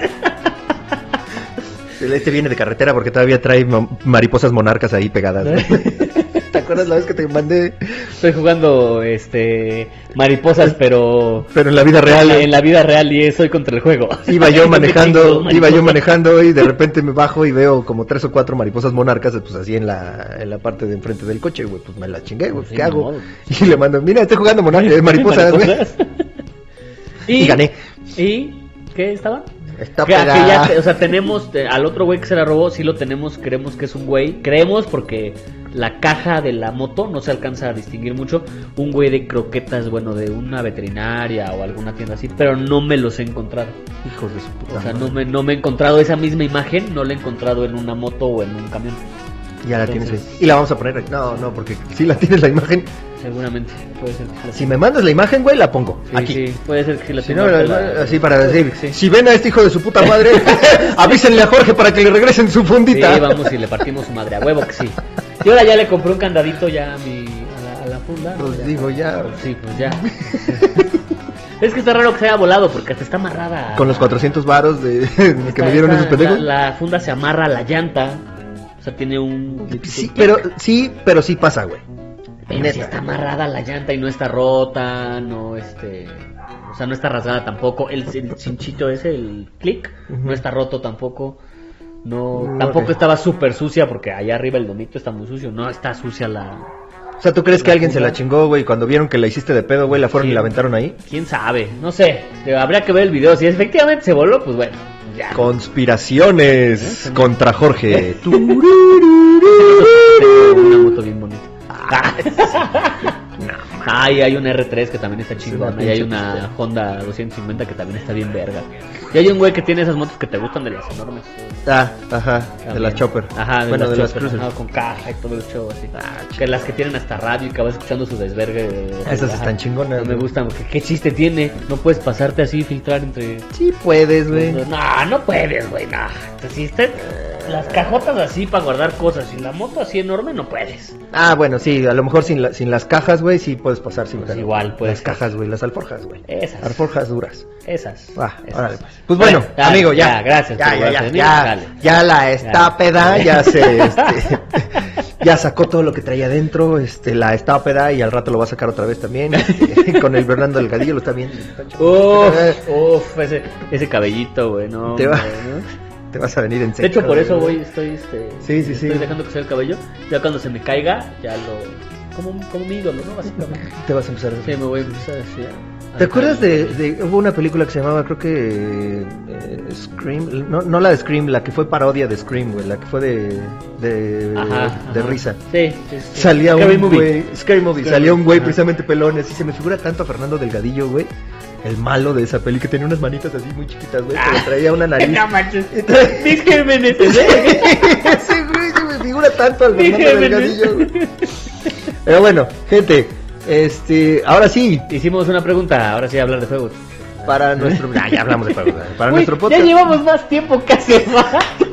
A: Este viene de carretera porque todavía trae ma- mariposas monarcas ahí pegadas, güey. ¿Te acuerdas la vez que te mandé?
B: Estoy jugando este mariposas, pero
A: Pero en la vida
B: en
A: real.
B: la, en la vida real y soy contra el juego.
A: Iba yo manejando,
B: Mariposas.
A: iba yo manejando y de repente me bajo y veo como tres o cuatro mariposas monarcas, pues así en la, en la parte de enfrente del coche, güey, pues me la chingué, güey,
B: Sí,
A: ¿qué
B: ni
A: hago?
B: modo.
A: Y le mando, mira, estoy jugando eh, monar- mariposas, güey.
B: Mariposas.
A: Y gané.
B: ¿Y qué estaba?
A: Está
B: Que- que
A: pegada.
B: ya te- o sea, tenemos te- al otro güey que se la robó, sí lo tenemos, creemos que es un güey. Creemos porque la caja de la moto no se alcanza a distinguir mucho. Un güey de croquetas, bueno, de una veterinaria o alguna tienda así, pero no me los he encontrado.
A: Hijos de su puta
B: O sea,
A: madre.
B: no me, no me he encontrado esa misma imagen, no la he encontrado en una moto o en un camión,
A: Ya la
B: Entonces-
A: tienes ahí. Y la vamos a poner ahí. No, no, porque si la tienes la imagen.
B: seguramente. Puede ser que sí la
A: Si me mandas la imagen, güey, la pongo.
B: Sí,
A: aquí.
B: sí, puede ser que sí la
A: Si
B: tenga,
A: no, la-
B: pero la-
A: así para decir,
B: Sí.
A: si ven a este hijo de su puta madre, avísenle a Jorge para que le regresen su
B: Sí,
A: fundita.
B: vamos y le partimos su madre, a huevo que sí. Y ahora ya le compré un candadito ya a mi a la, a la funda. ¿no?
A: Pues
B: Ya.
A: digo, ya.
B: Sí, pues ya. es que está raro que se haya volado porque hasta está amarrada.
A: Con los 400 varos de, que
B: Está-
A: me dieron
B: está-
A: esos pendejos.
B: La, la funda se amarra a la llanta. O sea, tiene un.
A: Sí, pero sí, pero sí pasa, güey.
B: Pero
A: neta.
B: sí está amarrada a la llanta y no está rota, no este. O sea, no está rasgada tampoco. El, el cinchito ese, el clic,
A: Ujú.
B: no está roto tampoco. No,
A: No,
B: tampoco
A: ok.
B: estaba súper sucia porque allá arriba el domito está muy sucio. No está sucia la,
A: O sea, ¿tú crees que
B: La
A: alguien se
B: puta.
A: la chingó, güey? Cuando vieron que la hiciste de pedo, güey, la fueron
B: Sí.
A: y la aventaron ahí.
B: ¿Quién sabe? No sé. Este, Habría que ver el video. Si efectivamente se voló, pues bueno. Ya. Eh,
A: Conspiraciones contra Jorge. Tú-
B: Tengo una moto bien bonita. Ah. Ay, hay una R3 que también está chingona.
A: una
B: Y hay
A: pinche
B: una Honda 250 que también está bien verga. Y hay un güey que tiene esas motos que te gustan de las enormes.
A: Ah, ajá, de las
B: También.
A: Chopper.
B: Ajá, de
A: bueno, de
B: las Chopper,
A: las Ah, Cruiser.
B: ajá, con caja y todo el show así. que las que tienen hasta radio y que vas escuchando su desvergue. de-
A: Esas
B: ajá.
A: están chingonas,
B: No me
A: güey.
B: gustan porque qué chiste tiene. No puedes pasarte así y filtrar entre
A: Sí puedes, güey.
B: No, no puedes, güey, no. Si estás las cajotas así para guardar cosas y la moto así enorme, no puedes.
A: Ah, bueno, sí, a lo mejor sin, la- sin las cajas, güey, sí puedes pasar sin
B: Pues
A: pedo.
B: igual, puedes.
A: Las cajas, güey, las alforjas, güey.
B: Esas.
A: Alforjas duras.
B: Esas.
A: Ah,
B: esas.
A: órale, pues. Pues bueno,
B: dale,
A: amigo, ya.
B: gracias.
A: Ya, ya,
B: por
A: ya,
B: guardarte,
A: ya,
B: dale.
A: ya la está
B: Ya.
A: peda, ya se, este, ya sacó todo lo que traía adentro, este, la está peda y al rato lo va a sacar otra vez también, este, con el Fernando Delgadillo, lo está viendo.
B: Uf, uf, ese, ese cabellito, güey, no.
A: Te va-
B: hombre, ¿no?
A: Te vas a venir en
B: De
A: seco,
B: hecho, por eso
A: güey.
B: voy, estoy, este,
A: Sí, sí,
B: estoy
A: sí.
B: dejando que sea el cabello. Ya cuando se me caiga, ya lo. Como, como mi ídolo, ¿no? Básicamente.
A: Te vas a empezar a
B: Sí, me voy a empezar a decir.
A: ¿Te acuerdas de, de- hubo una película que se llamaba creo que eh, Scream, no, no la de Scream, la que fue parodia de Scream, güey, la que fue de de,
B: Ajá,
A: de
B: ajá.
A: risa.
B: Sí, sí, sí.
A: Salía
B: Scary
A: un
B: Movie.
A: güey, Scary Movie, salía un güey
B: Ajá.
A: precisamente pelón, así se me figura tanto a Fernando Delgadillo, güey, el malo de esa peli que tenía unas manitas así muy chiquitas, güey,
B: Ah,
A: pero traía una nariz.
B: No manches.
A: Y traía-
B: Mis Jiménez, ¿eh?
A: Ese güey se me figura tanto al
B: Mis
A: Fernando
B: Jiménez.
A: Delgadillo. güey. Pero bueno, gente, este, ahora sí,
B: Hicimos una pregunta, ahora sí hablar de juegos.
A: para nuestro Ah, ya, ya hablamos de juegos, güey. para
B: Uy,
A: nuestro podcast.
B: Ya llevamos más tiempo que hace rato.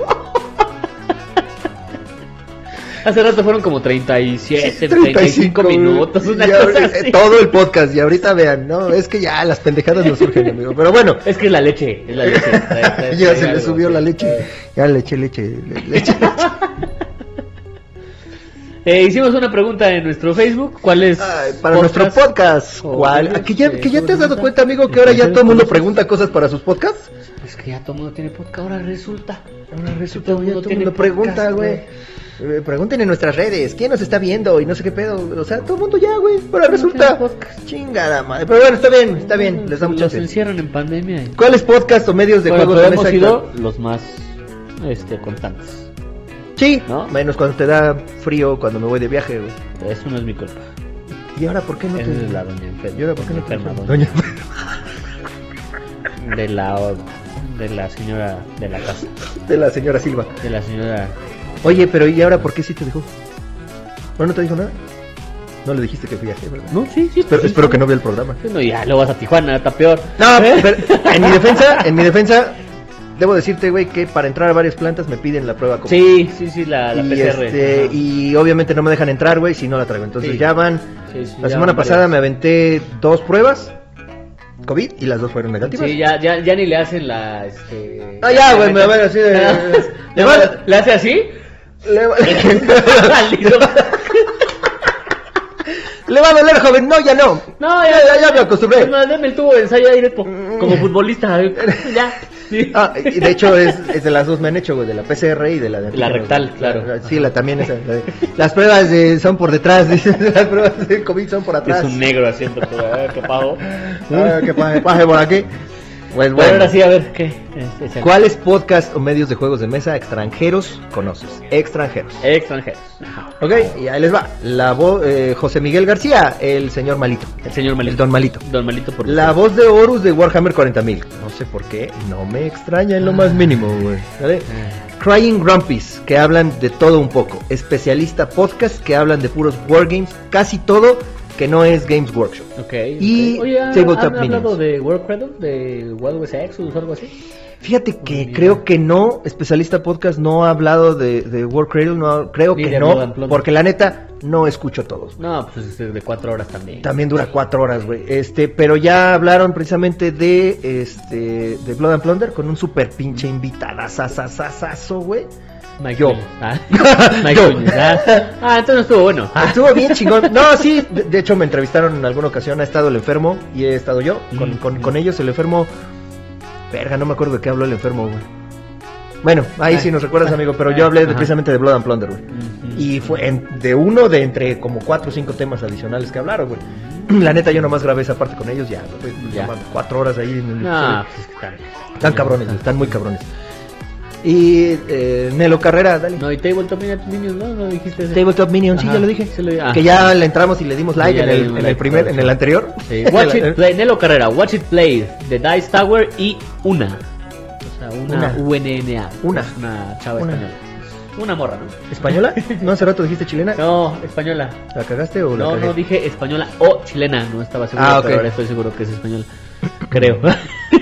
B: Hace rato fueron como 37, 35
A: güey.
B: minutos, una
A: Y
B: cosa
A: ahorita- eh,
B: así.
A: Todo el podcast, y ahorita vean, ¿no? Es que ya las pendejadas nos surgen, amigo. Pero bueno,
B: Es que es la leche, es la leche. Está-
A: ya
B: está- está
A: se le
B: algo
A: subió
B: así.
A: la leche. Ya le eché leche, le- leche.
B: Eh, hicimos una pregunta en nuestro Facebook, ¿cuál es?
A: Ay, para nuestro podcast,
B: o
A: ¿cuál?
B: leche,
A: Ah, Que ya, que ya te has dado
B: pregunta.
A: cuenta, amigo, que ahora ya todo el mundo pregunta cosas para sus podcasts.
B: Pues que ya todo el mundo tiene podcast, ahora resulta. Ahora
A: Ah,
B: resulta,
A: Todo el mundo pregunta, güey. Eh, Pregunten en nuestras redes, ¿quién nos está viendo? Y no sé qué pedo. O sea, todo el mundo ya, güey. Ahora resulta.
B: tiene podcast.
A: Chingada madre. Pero bueno, está bien, está bien. Les damos
B: Los
A: chance.
B: encierran en pandemia. y-
A: ¿Cuáles podcasts o medios de
B: Bueno,
A: juegos
B: pero
A: de
B: hemos
A: mesa
B: sido los más este, constantes.
A: Sí,
B: ¿No?
A: menos cuando te da frío, cuando me voy de viaje, güey.
B: Eso no es mi culpa.
A: ¿Y ahora por qué no
B: es
A: te.?
B: de la doña enferma.
A: ¿Y ahora por qué no te.?
B: Enferma,
A: Doña-
B: De la de la señora de la casa,
A: de la señora Silva.
B: de la señora.
A: Oye, pero ¿y ahora por qué sí te dejó? ¿No, no te dijo nada? No le dijiste que viaje, ¿verdad?
B: No, sí, sí.
A: Espero,
B: sí,
A: espero
B: sí.
A: que no vea el programa.
B: Sí, No, ya lo vas a Tijuana, está peor.
A: No,
B: ¿Eh?
A: pero en mi defensa, en mi defensa, debo decirte, güey, que para entrar a varias plantas me piden la prueba COVID.
B: Sí, sí, sí, la, la
A: y,
B: PCR.
A: este,
B: ajá.
A: y obviamente no me dejan entrar, güey, si no la traigo. Entonces
B: Sí.
A: ya van.
B: Sí, sí,
A: La
B: ya
A: semana
B: varias.
A: pasada me aventé dos pruebas COVID y las dos fueron negativas.
B: Sí, ya, ya, ya ni le hacen la. Este...
A: Ah, ya, güey, me van así de-
B: ¿Le,
A: eh, Me van-
B: van- ¿Le hace así?
A: Le va,
B: Maldito.
A: le va a doler, joven. No, ya no.
B: No,
A: ya, ya, ya me acostumbré. Mm.
B: Es más, deme el tubo de ensayo ahí directo. Como futbolista. eh, Ya. sí.
A: Ah, y de hecho, es, es de las dos me han hecho, güey, de la PCR y de la de
B: La rectal, claro.
A: Ah, Sí, la también esa. la de- las pruebas de- son por detrás, dicen. Las pruebas de COVID son por
B: Es
A: atrás.
B: un negro haciendo todo. eh, qué pavo.
A: Ah, que pase, pase por aquí. Pues
B: Bueno,
A: bueno,
B: ahora sí, a ver, ¿qué? Es- es el-
A: ¿cuáles podcasts o medios de juegos de mesa extranjeros conoces? Extranjeros.
B: Extranjeros.
A: Ok, y ahí les va. La voz, eh, José Miguel García, el señor malito.
B: El señor
A: El
B: Malito.
A: don malito.
B: Don Malito por
A: La voz de Horus de Warhammer 40.000. No sé por qué, no me extraña en lo
B: Ah.
A: más mínimo, güey. ¿Vale? Crying Grumpies, que hablan de todo un poco. Especialista podcast, que hablan de puros wargames, casi todo que no es Games Workshop.
B: Ok.
A: Y
B: ok. Oye, ¿ha-
A: Tabletop
B: ¿han hablado
A: Minions.
B: de World Cradle? ¿De Wild West Exodus o algo así?
A: Fíjate que
B: Mira.
A: creo que no, especialista podcast no ha hablado de, de War Cradle, no, ha- creo
B: Ni
A: que
B: de
A: no,
B: Blood and Plunder.
A: porque la neta no escucho todos.
B: No, pues es de cuatro horas también.
A: También dura cuatro horas, güey. Este, pero ya hablaron precisamente de este de Blood and Plunder con un super pinche invitada, sasasasazo, güey.
B: Mike
A: Yo.
B: Muñoz, ¿ah? Mike
A: Yo.
B: Muñoz, ¿ah? Ah, entonces estuvo bueno. Ah,
A: Estuvo bien chingón. No, sí, de, de hecho me entrevistaron en alguna ocasión, ha estado el enfermo y he estado yo con,
B: Mm,
A: con-
B: mm.
A: con ellos, el enfermo. Verga, no me acuerdo de qué habló el enfermo, güey. Bueno, ahí
B: Ay.
A: sí nos recuerdas, amigo, pero yo hablé de-
B: Ah. Ajá.
A: precisamente de Blood and Plunder, güey. Y fue en- de uno de entre como cuatro o cinco temas adicionales que hablaron, güey. La neta, yo nomás grabé esa parte con ellos, ya, güey, no
B: Ya.
A: mames, cuatro horas ahí en el
B: No, pues es que también.
A: Están cabrones, güey, están muy cabrones. Y eh, Nelo Carrera, dale.
B: No, y Tabletop Minions, ¿no? No dijiste eso.
A: Tabletop Minion, sí,
B: Ajá,
A: ya lo dije.
B: sí lo dije, ah.
A: Que ya le entramos y le dimos like
B: ya
A: en
B: le
A: el,
B: dimos
A: en
B: like,
A: el primer,
B: correcto.
A: en el anterior.
B: Sí, Watch
A: En
B: It
A: la-
B: Play, Nelo Carrera, Watch It Play, The Dice Tower y una. O sea, una,
A: Una.
B: UNNA.
A: Una.
B: Es Una chava
A: Una. Eh.
B: española. Una morra, ¿no?
A: ¿Española? ¿No hace rato dijiste chilena?
B: No, española.
A: ¿La cagaste o la
B: No,
A: cagué?
B: no dije española o chilena, no estaba seguro,
A: Ah, ok.
B: pero ahora estoy seguro que es española. Creo.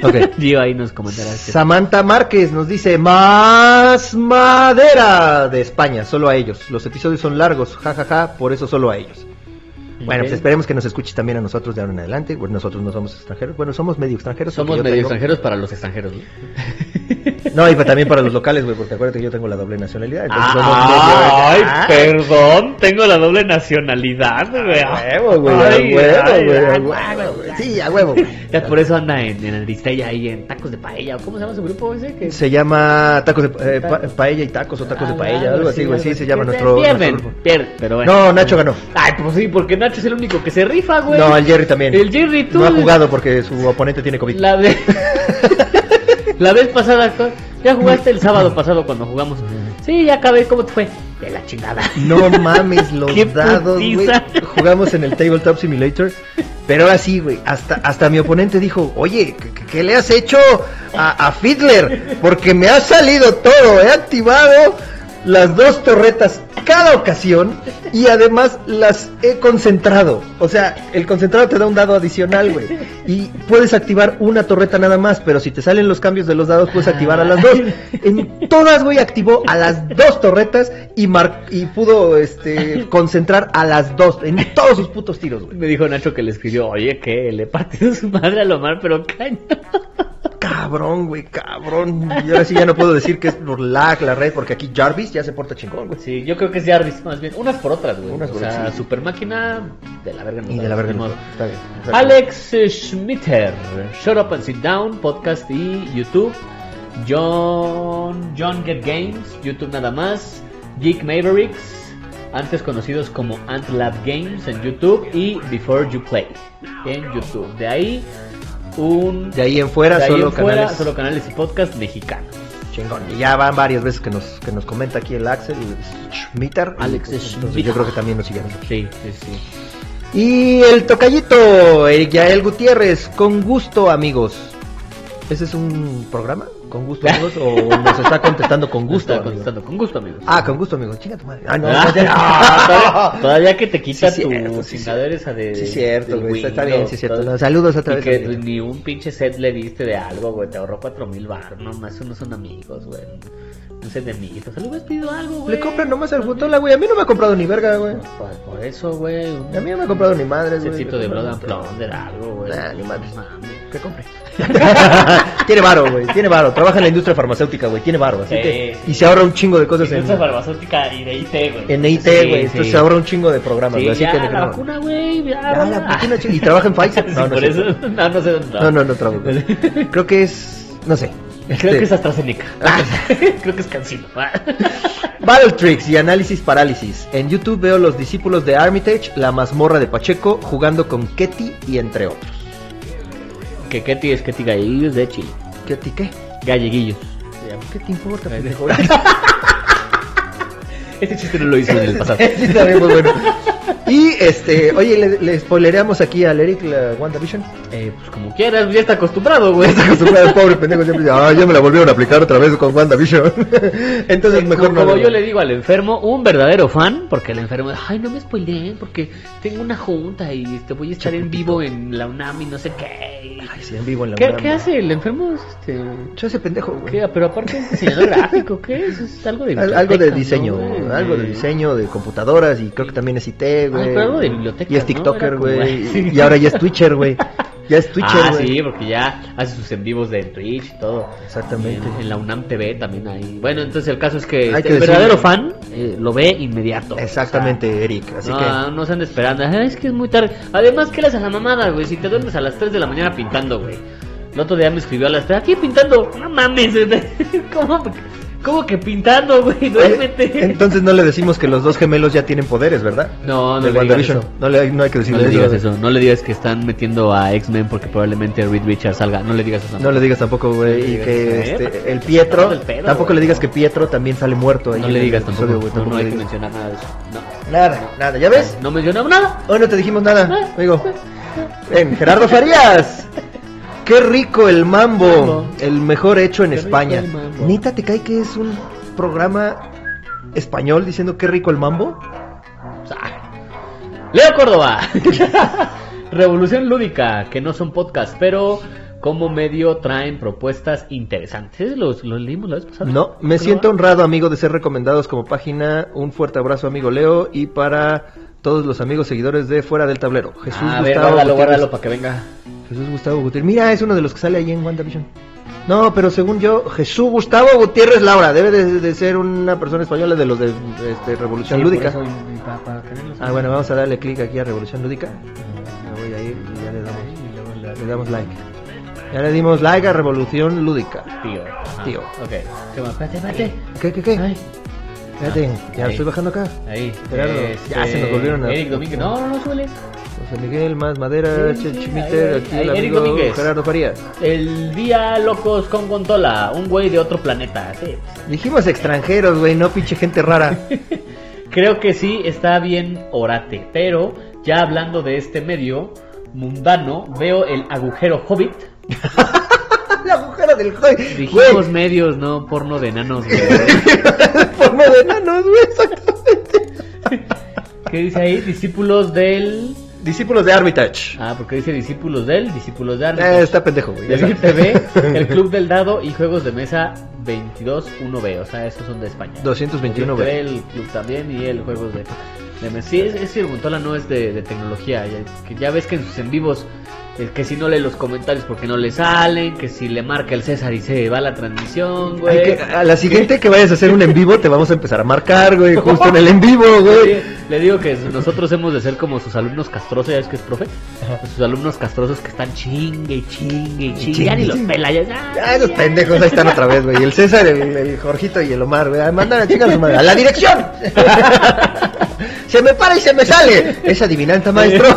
A: Ok.
B: Gio ahí nos comentará. este. que-
A: Samantha Márquez nos dice más madera de España, solo a ellos. Los episodios son largos, jajaja, por eso solo a ellos. Bueno,
B: Ok.
A: pues esperemos que nos escuches también a nosotros de ahora en adelante. Bueno, nosotros no somos extranjeros. Bueno, somos medio extranjeros.
B: Somos
A: porque yo
B: medio
A: tengo-
B: extranjeros para los extranjeros, ¿no?
A: No, y pa- también para los locales, güey, porque acuérdate que yo tengo la doble nacionalidad. entonces somos
B: Ah, ay,
A: medio- Ah,
B: perdón, tengo la doble nacionalidad, güey.
A: a Ah, huevo, güey, a
B: Ay,
A: huevo,
B: ay,
A: güey, a
B: ay,
A: huevo, güey. Sí, a huevo. güey.
B: Ya por eso anda en, en el Ristella ahí en Tacos de Paella, ¿o ¿cómo se llama su grupo ese? Que... Ah,
A: Se llama tacos de eh, pa- paella y tacos o tacos de paella, algo así, güey. Sí, se llama nuestro.
B: Pierden,
A: nuestro grupo.
B: pierden, pero bueno.
A: No, Nacho ganó.
B: Ay, pues sí, porque Nacho es el único que se rifa, güey.
A: No, el Jerry también.
B: El Jerry, tú.
A: No ha jugado porque su oponente tiene COVID.
B: La vez, la vez pasada, co- ya jugaste el sábado pasado cuando jugamos. Sí, ya acabé, ¿cómo te fue? De la chingada.
A: No mames los
B: Qué
A: dados, güey.
B: putiza.
A: Jugamos en el Tabletop Simulator. Pero ahora sí, güey. Hasta, hasta mi oponente dijo, oye, ¿qué- ¿qué, qué le has hecho a, a Fiddler? Porque me ha salido todo. He activado las dos torretas cada ocasión y además las he concentrado. O sea, el concentrado te da un dado adicional, güey. Y puedes activar una torreta nada más, pero si te salen los cambios de los dados, puedes activar a las dos. En todas, güey, activó a las dos torretas y, mar y pudo este, concentrar a las dos en todos sus putos tiros, güey.
B: Me dijo Nacho que le escribió, oye, que le partió su madre a Lomar, pero caña.
A: Cabrón, güey, cabrón. Y ahora sí ya no puedo decir que es por lag la red, porque aquí Jarvis ya se porta chingón, güey.
B: Sí, yo creo que es Jarvis, más bien. Unas por otras, güey.
A: Unas
B: o
A: por
B: sea,
A: otras, sí.
B: super máquina de la verga. no
A: Y de
B: sabes,
A: la verga.
B: ni
A: no
B: modo.
A: está. Está bien. Exacto.
B: Alex Schmitter, Shut Up and Sit Down, podcast y YouTube. John, John Get Games, YouTube nada más. Geek Mavericks, antes conocidos como Antlab Games en YouTube y Before You Play en YouTube. De ahí un...
A: De ahí en fuera,
B: de ahí
A: solo
B: en fuera,
A: canales.
B: solo canales y podcast mexicanos.
A: Chingón. Y ya van varias veces que nos, que nos comenta aquí el Axel Schmitter.
B: Alex
A: Y, pues,
B: Schmitter.
A: entonces, Yo creo que también nos siguen.
B: Sí, sí, sí.
A: Y el tocallito, Eric Yael Gutiérrez, con gusto amigos. ¿Ese es un programa? ¿Con gusto amigos? ¿O nos está contestando con gusto?
B: Gusta,
A: amigo?
B: contestando, con gusto, amigos.
A: Ah, con gusto amigos. Chinga tu madre. Ah, no.
B: Ah,
A: no, ya-
B: todavía, todavía que te quita
A: Sí,
B: tu
A: cierto, sí,
B: chingadera esa de.
A: Sí, cierto,
B: del
A: güey. Está, está
B: Windows,
A: bien, sí, cierto.
B: todo.
A: No, saludos otra
B: Y
A: vez.
B: que
A: amiguito.
B: ni un pinche set le diste de algo, güey. Te ahorró cuatro mil bar, nomás unos son amigos, güey. Un set de amiguitos. Le hubieras pedido algo, güey.
A: Le compran nomás al la güey. A mí no me ha comprado ni verga, güey.
B: Por, por eso, güey. Un
A: A mí no me ha comprado ni madres, güey.
B: setcito de Blood and Plunder, algo, güey.
A: Nah, ni madres.
B: Mames.
A: Que compre. tiene varo, güey. Tiene varo. Trabaja en la industria farmacéutica, güey. Tiene varo. Así
E: Sí.
A: que... Y se ahorra un chingo de cosas en,
E: Industria farmacéutica y de IT, güey.
A: en IT,
B: Sí,
A: güey.
B: sí.
A: Entonces se ahorra un chingo de programas,
B: Sí,
A: güey. Así
B: ya,
A: que...
B: la
A: no, no.
B: vacuna, güey. Ya,
A: Ya, la vacuna, ching- Y trabaja en Pfizer.
B: Sí, por
A: es cierto.
B: eso. No, no sé dónde
A: No, no, no trabajo. Creo que es. No sé.
B: Creo que es
A: Este,
B: AstraZeneca. Creo que es Cancino.
A: Battletrix y Análisis Parálisis. En YouTube veo los discípulos de Armitage, la mazmorra de Pacheco, jugando con Ketty y entre otros.
B: que Ketty es Ketty Galleguillos de Chile.
A: ¿Qué ti qué?
B: Galleguillos.
A: ¿Qué te importa? pendejo?
B: Este chiste no lo hizo en el pasado.
A: Sí, está bien, muy bueno. Y este, oye, ¿le, le spoilereamos aquí al Eric la WandaVision?
B: Eh, pues como quieras, ya está acostumbrado, güey.
A: Está acostumbrado el pobre pendejo siempre dice, ah, ya me la volvieron a aplicar otra vez con WandaVision. Entonces mejor
B: como,
A: no.
B: como
A: le-
B: yo le digo al enfermo, un verdadero fan, porque el enfermo, ay, no me spoileen, porque tengo una junta y este, voy a estar en vivo en la UNAM y no sé qué.
A: Ay, sí, en vivo en la
B: ¿Qué,
A: UNAM.
B: qué hace el enfermo? Es, Este,
A: Yo ese pendejo, güey.
B: ¿qué? Pero aparte es diseñador gráfico, ¿qué es? Es algo de
A: Al- algo de
B: biblioteca,
A: diseño,
B: ¿no, güey? Ah,
A: algo de diseño de computadoras y creo que también es IT, güey.
B: pero algo de biblioteca,
A: Y es
B: ¿no?
A: TikToker,
B: Era como-
A: güey. Y ahora ya es Twitcher, güey. Ya es Twitcher,
B: ah,
A: güey.
B: sí, porque ya hace sus en vivos de Twitch y todo.
A: Exactamente.
B: Y En, en la UNAM TV también hay. Bueno, entonces el caso es
A: Hay
B: que, este,
A: que
B: el
A: decirlo.
B: verdadero fan eh, lo ve inmediato.
A: Exactamente, Eric. Así
B: no, no se andan esperando. Ah, es que es muy tarde. Además, ¿qué le haces a la mamada, güey? Si te duermes a las 3 de la mañana pintando, güey. El otro día me escribió a las 3. Aquí pintando. No mames. ¿Cómo, cómo que pintando, güey?
A: que. Eh,
B: Duérmete.
A: Entonces no le decimos que los dos gemelos ya tienen poderes, ¿verdad?
B: no, no
A: De
B: le digas
A: WandaVision.
B: eso.
A: No, le, hay- no hay que
B: No
A: decirle
B: le
A: eso.
B: digas eso. No le digas que están metiendo a X-Men porque probablemente Reed Richards salga. No le digas eso.
A: No le digas tampoco,
B: No
A: güey.
B: le
A: Y
B: digas
A: que
B: eso, ¿eh?
A: este, el Pietro.
B: Todo el pedo,
A: tampoco
B: güey.
A: le digas que Pietro también sale muerto ahí.
B: No
A: en
B: le
A: el
B: digas
A: episodio,
B: tampoco.
A: güey,
B: no,
A: le
B: no hay que
A: digas.
B: mencionar nada de eso. No.
A: Nada, nada. ¿Ya ves?
B: No mencionamos nada.
A: Hoy no te dijimos nada, amigo. Ven, Gerardo Farías. Qué rico el mambo,
B: Mambo.
A: el mejor hecho en
B: Qué rico
A: España.
B: el mambo.
A: Nita, ¿te cae que es un programa español diciendo qué rico el mambo?
B: O sea, Leo Córdoba. Revolución Lúdica, que no son podcasts, pero como medio traen propuestas interesantes. ¿Los, los leímos la vez pasada?
A: No, me
B: Córdoba.
A: siento honrado, amigo, de ser recomendados como página. Un fuerte abrazo, amigo Leo, y para todos los amigos seguidores de Fuera del Tablero. Jesús
B: Ah, a ver,
A: Gustavo
B: guárdalo,
A: Gutiérrez.
B: guárdalo para que venga.
A: Jesús Gustavo Gutiérrez. Mira, es uno de los que sale ahí en WandaVision. No, pero según yo, Jesús Gustavo Gutiérrez Laura debe de, de ser una persona española de los de este, Revolución Lúdica. Ah, bueno, vamos a darle clic aquí a Revolución Lúdica. Me voy a ir y ya le damos, le damos like. Ya le dimos like a Revolución Lúdica.
B: Tío. Ah,
A: Tío.
B: Ok. ¿Qué más? Espérate, espérate.
A: ¿Qué, qué, qué?
B: Ay,
A: Espérate, ya
B: ahí.
A: estoy bajando acá.
B: Ahí.
A: Gerardo, ya se nos volvieron a-
B: Eric Domínguez. No, no, no, súbele.
A: José Miguel, más madera,
B: Sí, sí,
A: Chechimiter,
B: ahí,
A: aquí
B: ahí,
A: el
B: ahí, Eric
A: amigo
B: Domínguez.
A: Gerardo Farías.
B: El día locos con Gontola, un güey de otro planeta. Sí.
A: Dijimos extranjeros, güey, no pinche gente rara.
B: Creo que sí está bien orate, pero ya hablando de este medio mundano, veo el agujero hobbit.
A: La agujero del joy.
B: Dijimos medios, no porno de enanos. güey.
A: forma de enanos, güey, exactamente.
B: ¿Qué dice ahí? Discípulos del.
A: Discípulos de Armitage.
B: Ah, porque dice discípulos del, discípulos de Armas.
A: Eh, está pendejo, güey. ya
B: Del
A: sabes.
B: IPB, el Club del Dado y Juegos de Mesa 22-1B. O sea, esos son de España.
A: 221B.
B: El, IPB, el Club también y el Juegos de, de Mesa. Sí, es, es que Gontola no es de, de tecnología. Ya, que ya ves que en sus en vivos, eh, que si no lee los comentarios porque no le salen, que si le marca el César y se va la transmisión,
A: Hay
B: güey.
A: que- a la siguiente que vayas a hacer un en vivo te vamos a empezar a marcar, güey, justo en el en vivo,
B: Le,
A: güey.
B: le digo que nosotros hemos de ser como sus alumnos castrosos, ya ves que es profe. Pues Sus alumnos castrosos que están chingue, y chingue, y chingue. Ya ni los pela, ya.
A: Ah, esos pendejos ahí están otra vez, güey. El César, el, el Jorgito y el Omar, güey. Ah, Mandan a chingar a su madre. ¡A la dirección! ¡Se me para y se me sale! Es adivinanza, maestro.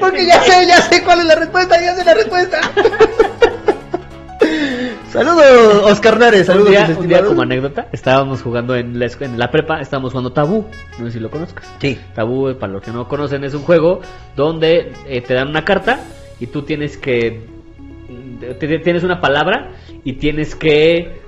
A: Porque ya sé, ya sé cuál es la respuesta, ya sé la respuesta. Saludos, Oscar Nares. Saludos,
B: un día,
A: mis
B: un día,
A: estimados.
B: como anécdota, estábamos jugando en la, escu- en la prepa, estábamos jugando Tabú, no sé si lo conozcas.
A: Sí.
B: Tabú, eh, para los que no conocen, es un juego donde eh, te dan una carta y tú tienes que... mm, te- te- tienes una palabra y tienes que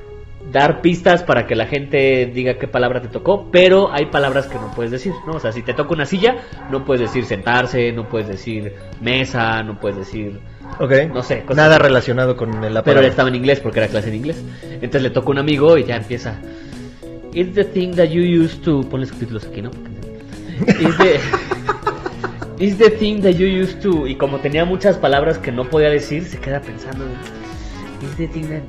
B: dar pistas para que la gente diga qué palabra te tocó, pero hay palabras que no puedes decir, ¿no? O sea, si te toca una silla, no puedes decir sentarse, no puedes decir mesa, no puedes decir...
A: Ok.
B: No sé, cosas
A: Nada
B: así.
A: relacionado con el
B: Pero
A: aparato.
B: él estaba en inglés porque era clase en inglés. Entonces le toca un amigo y ya empieza. It's the thing that you used to. Ponle subtítulos aquí, ¿no? It's the, it's the thing that you used to. Y como tenía muchas palabras que no podía decir, se queda pensando. It's the thing that.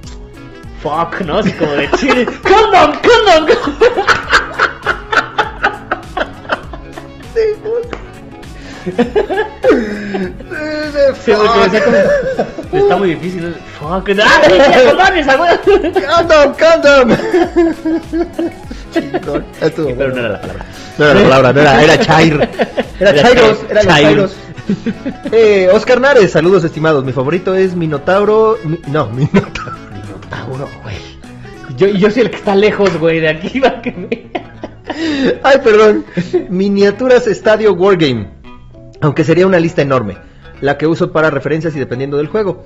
B: Fuck, ¿no? Así como de chile. ¡Condom! ¡Condom! condom". Sí, porque decía como, Está muy difícil. ¿no? Fuck. ¡Ah, sí, ya, condones, a huevo".
A: ¡Condom, condom! Chingón. Estuvo
B: Pero
A: bueno.
B: no era la palabra.
A: No era la palabra, no era, era Chair. Era
B: Era
A: Chairos,
B: Chair.
A: era los
B: Chair.
A: Chairos. Eh, Oscar Nares, saludos estimados. Mi favorito es Minotauro. mi- no, Minotauro.
B: Minotauro, güey. Yo, yo soy el que está lejos, güey, de aquí va que me...
A: Ay, perdón. Miniaturas Estadio Wargame. Aunque sería una lista enorme. La que uso para referencias y dependiendo del juego.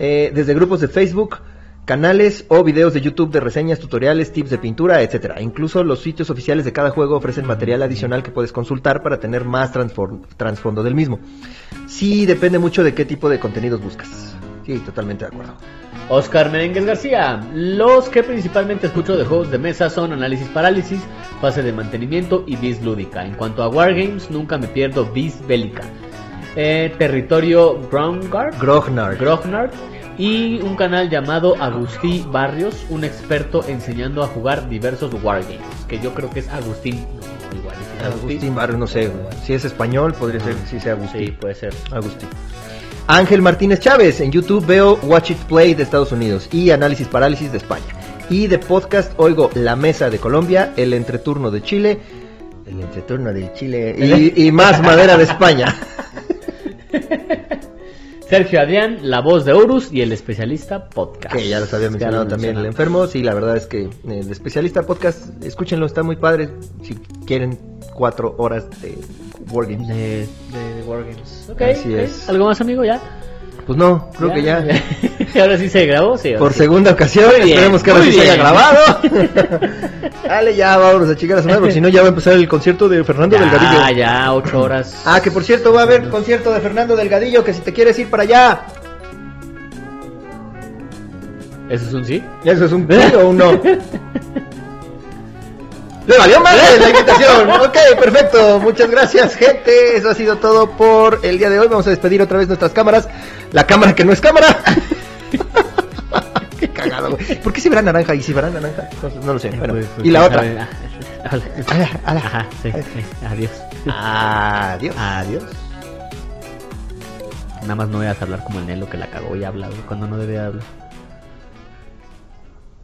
A: Eh, desde grupos de Facebook, canales o videos de YouTube de reseñas, tutoriales, tips de pintura, etcétera. Incluso los sitios oficiales de cada juego ofrecen material adicional que puedes consultar para tener más transfor- trasfondo del mismo. Sí, depende mucho de qué tipo de contenidos buscas. Sí, totalmente de acuerdo.
B: Oscar Merengues García. Los que principalmente escucho de juegos de mesa son Análisis Parálisis, Fase de Mantenimiento y Biz Lúdica. En cuanto a Wargames, nunca me pierdo Biz Bélica. Eh, territorio Groundguard.
A: Grognar.
B: Grognard y un canal llamado Agustí Barrios, un experto enseñando a jugar diversos wargames, que yo creo que es Agustín. no, igual, es
A: Agustín Barrio, no sé. güey. Si es español, podría ser, si sea Agustín.
B: Sí, puede ser.
A: Agustín. Ángel Martínez Chávez, en YouTube veo Watch It Play de Estados Unidos y Análisis Parálisis de España. Y de podcast oigo La Mesa de Colombia, El Entreturno de Chile, El Entreturno de Chile y, y Más Madera de España.
B: Sergio Adrián, la voz de Horus y el especialista podcast.
A: Que ya los había mencionado
B: lo
A: también el
B: mencionamos.
A: enfermo. Sí, la verdad es que eh, el especialista podcast, escúchenlo, está muy padre. Si quieren cuatro horas de Wargames.
B: De, de, de wargames. Ok,
A: Así
B: ok.
A: es.
B: ¿Algo más, amigo? ¿Ya?
A: Pues no, creo que ya.
B: ¿Ahora sí se grabó? Sí, ahora
A: Por
B: sí.
A: segunda ocasión,
B: Muy bien,
A: esperemos que ahora
B: muy
A: sí se haya
B: bien.
A: grabado. Dale, ya vámonos a chingar a su madre, porque si no ya va a empezar el concierto de Fernando Delgadillo.
B: Ya, ya, ocho horas.
A: Ah, que por cierto va a haber concierto de Fernando Delgadillo, que si te quieres ir para allá.
B: ¿Eso es un sí?
A: Eso es un sí o un no. Le valió madre la invitación. Ok, perfecto. Muchas gracias, gente. Eso ha sido todo por el día de hoy. Vamos a despedir otra vez nuestras cámaras. La cámara que no es cámara. Qué cagado, güey. ¿Por qué si verá naranja y si verá naranja? Entonces, No lo sé. Bueno, pues,
B: pues,
A: y la otra.
B: Hola. Ajá, sí, sí. Adiós.
A: Adiós.
B: Adiós. Nada más no voy a hablar como el Nelo que la cagó y ha hablado cuando no debe hablar.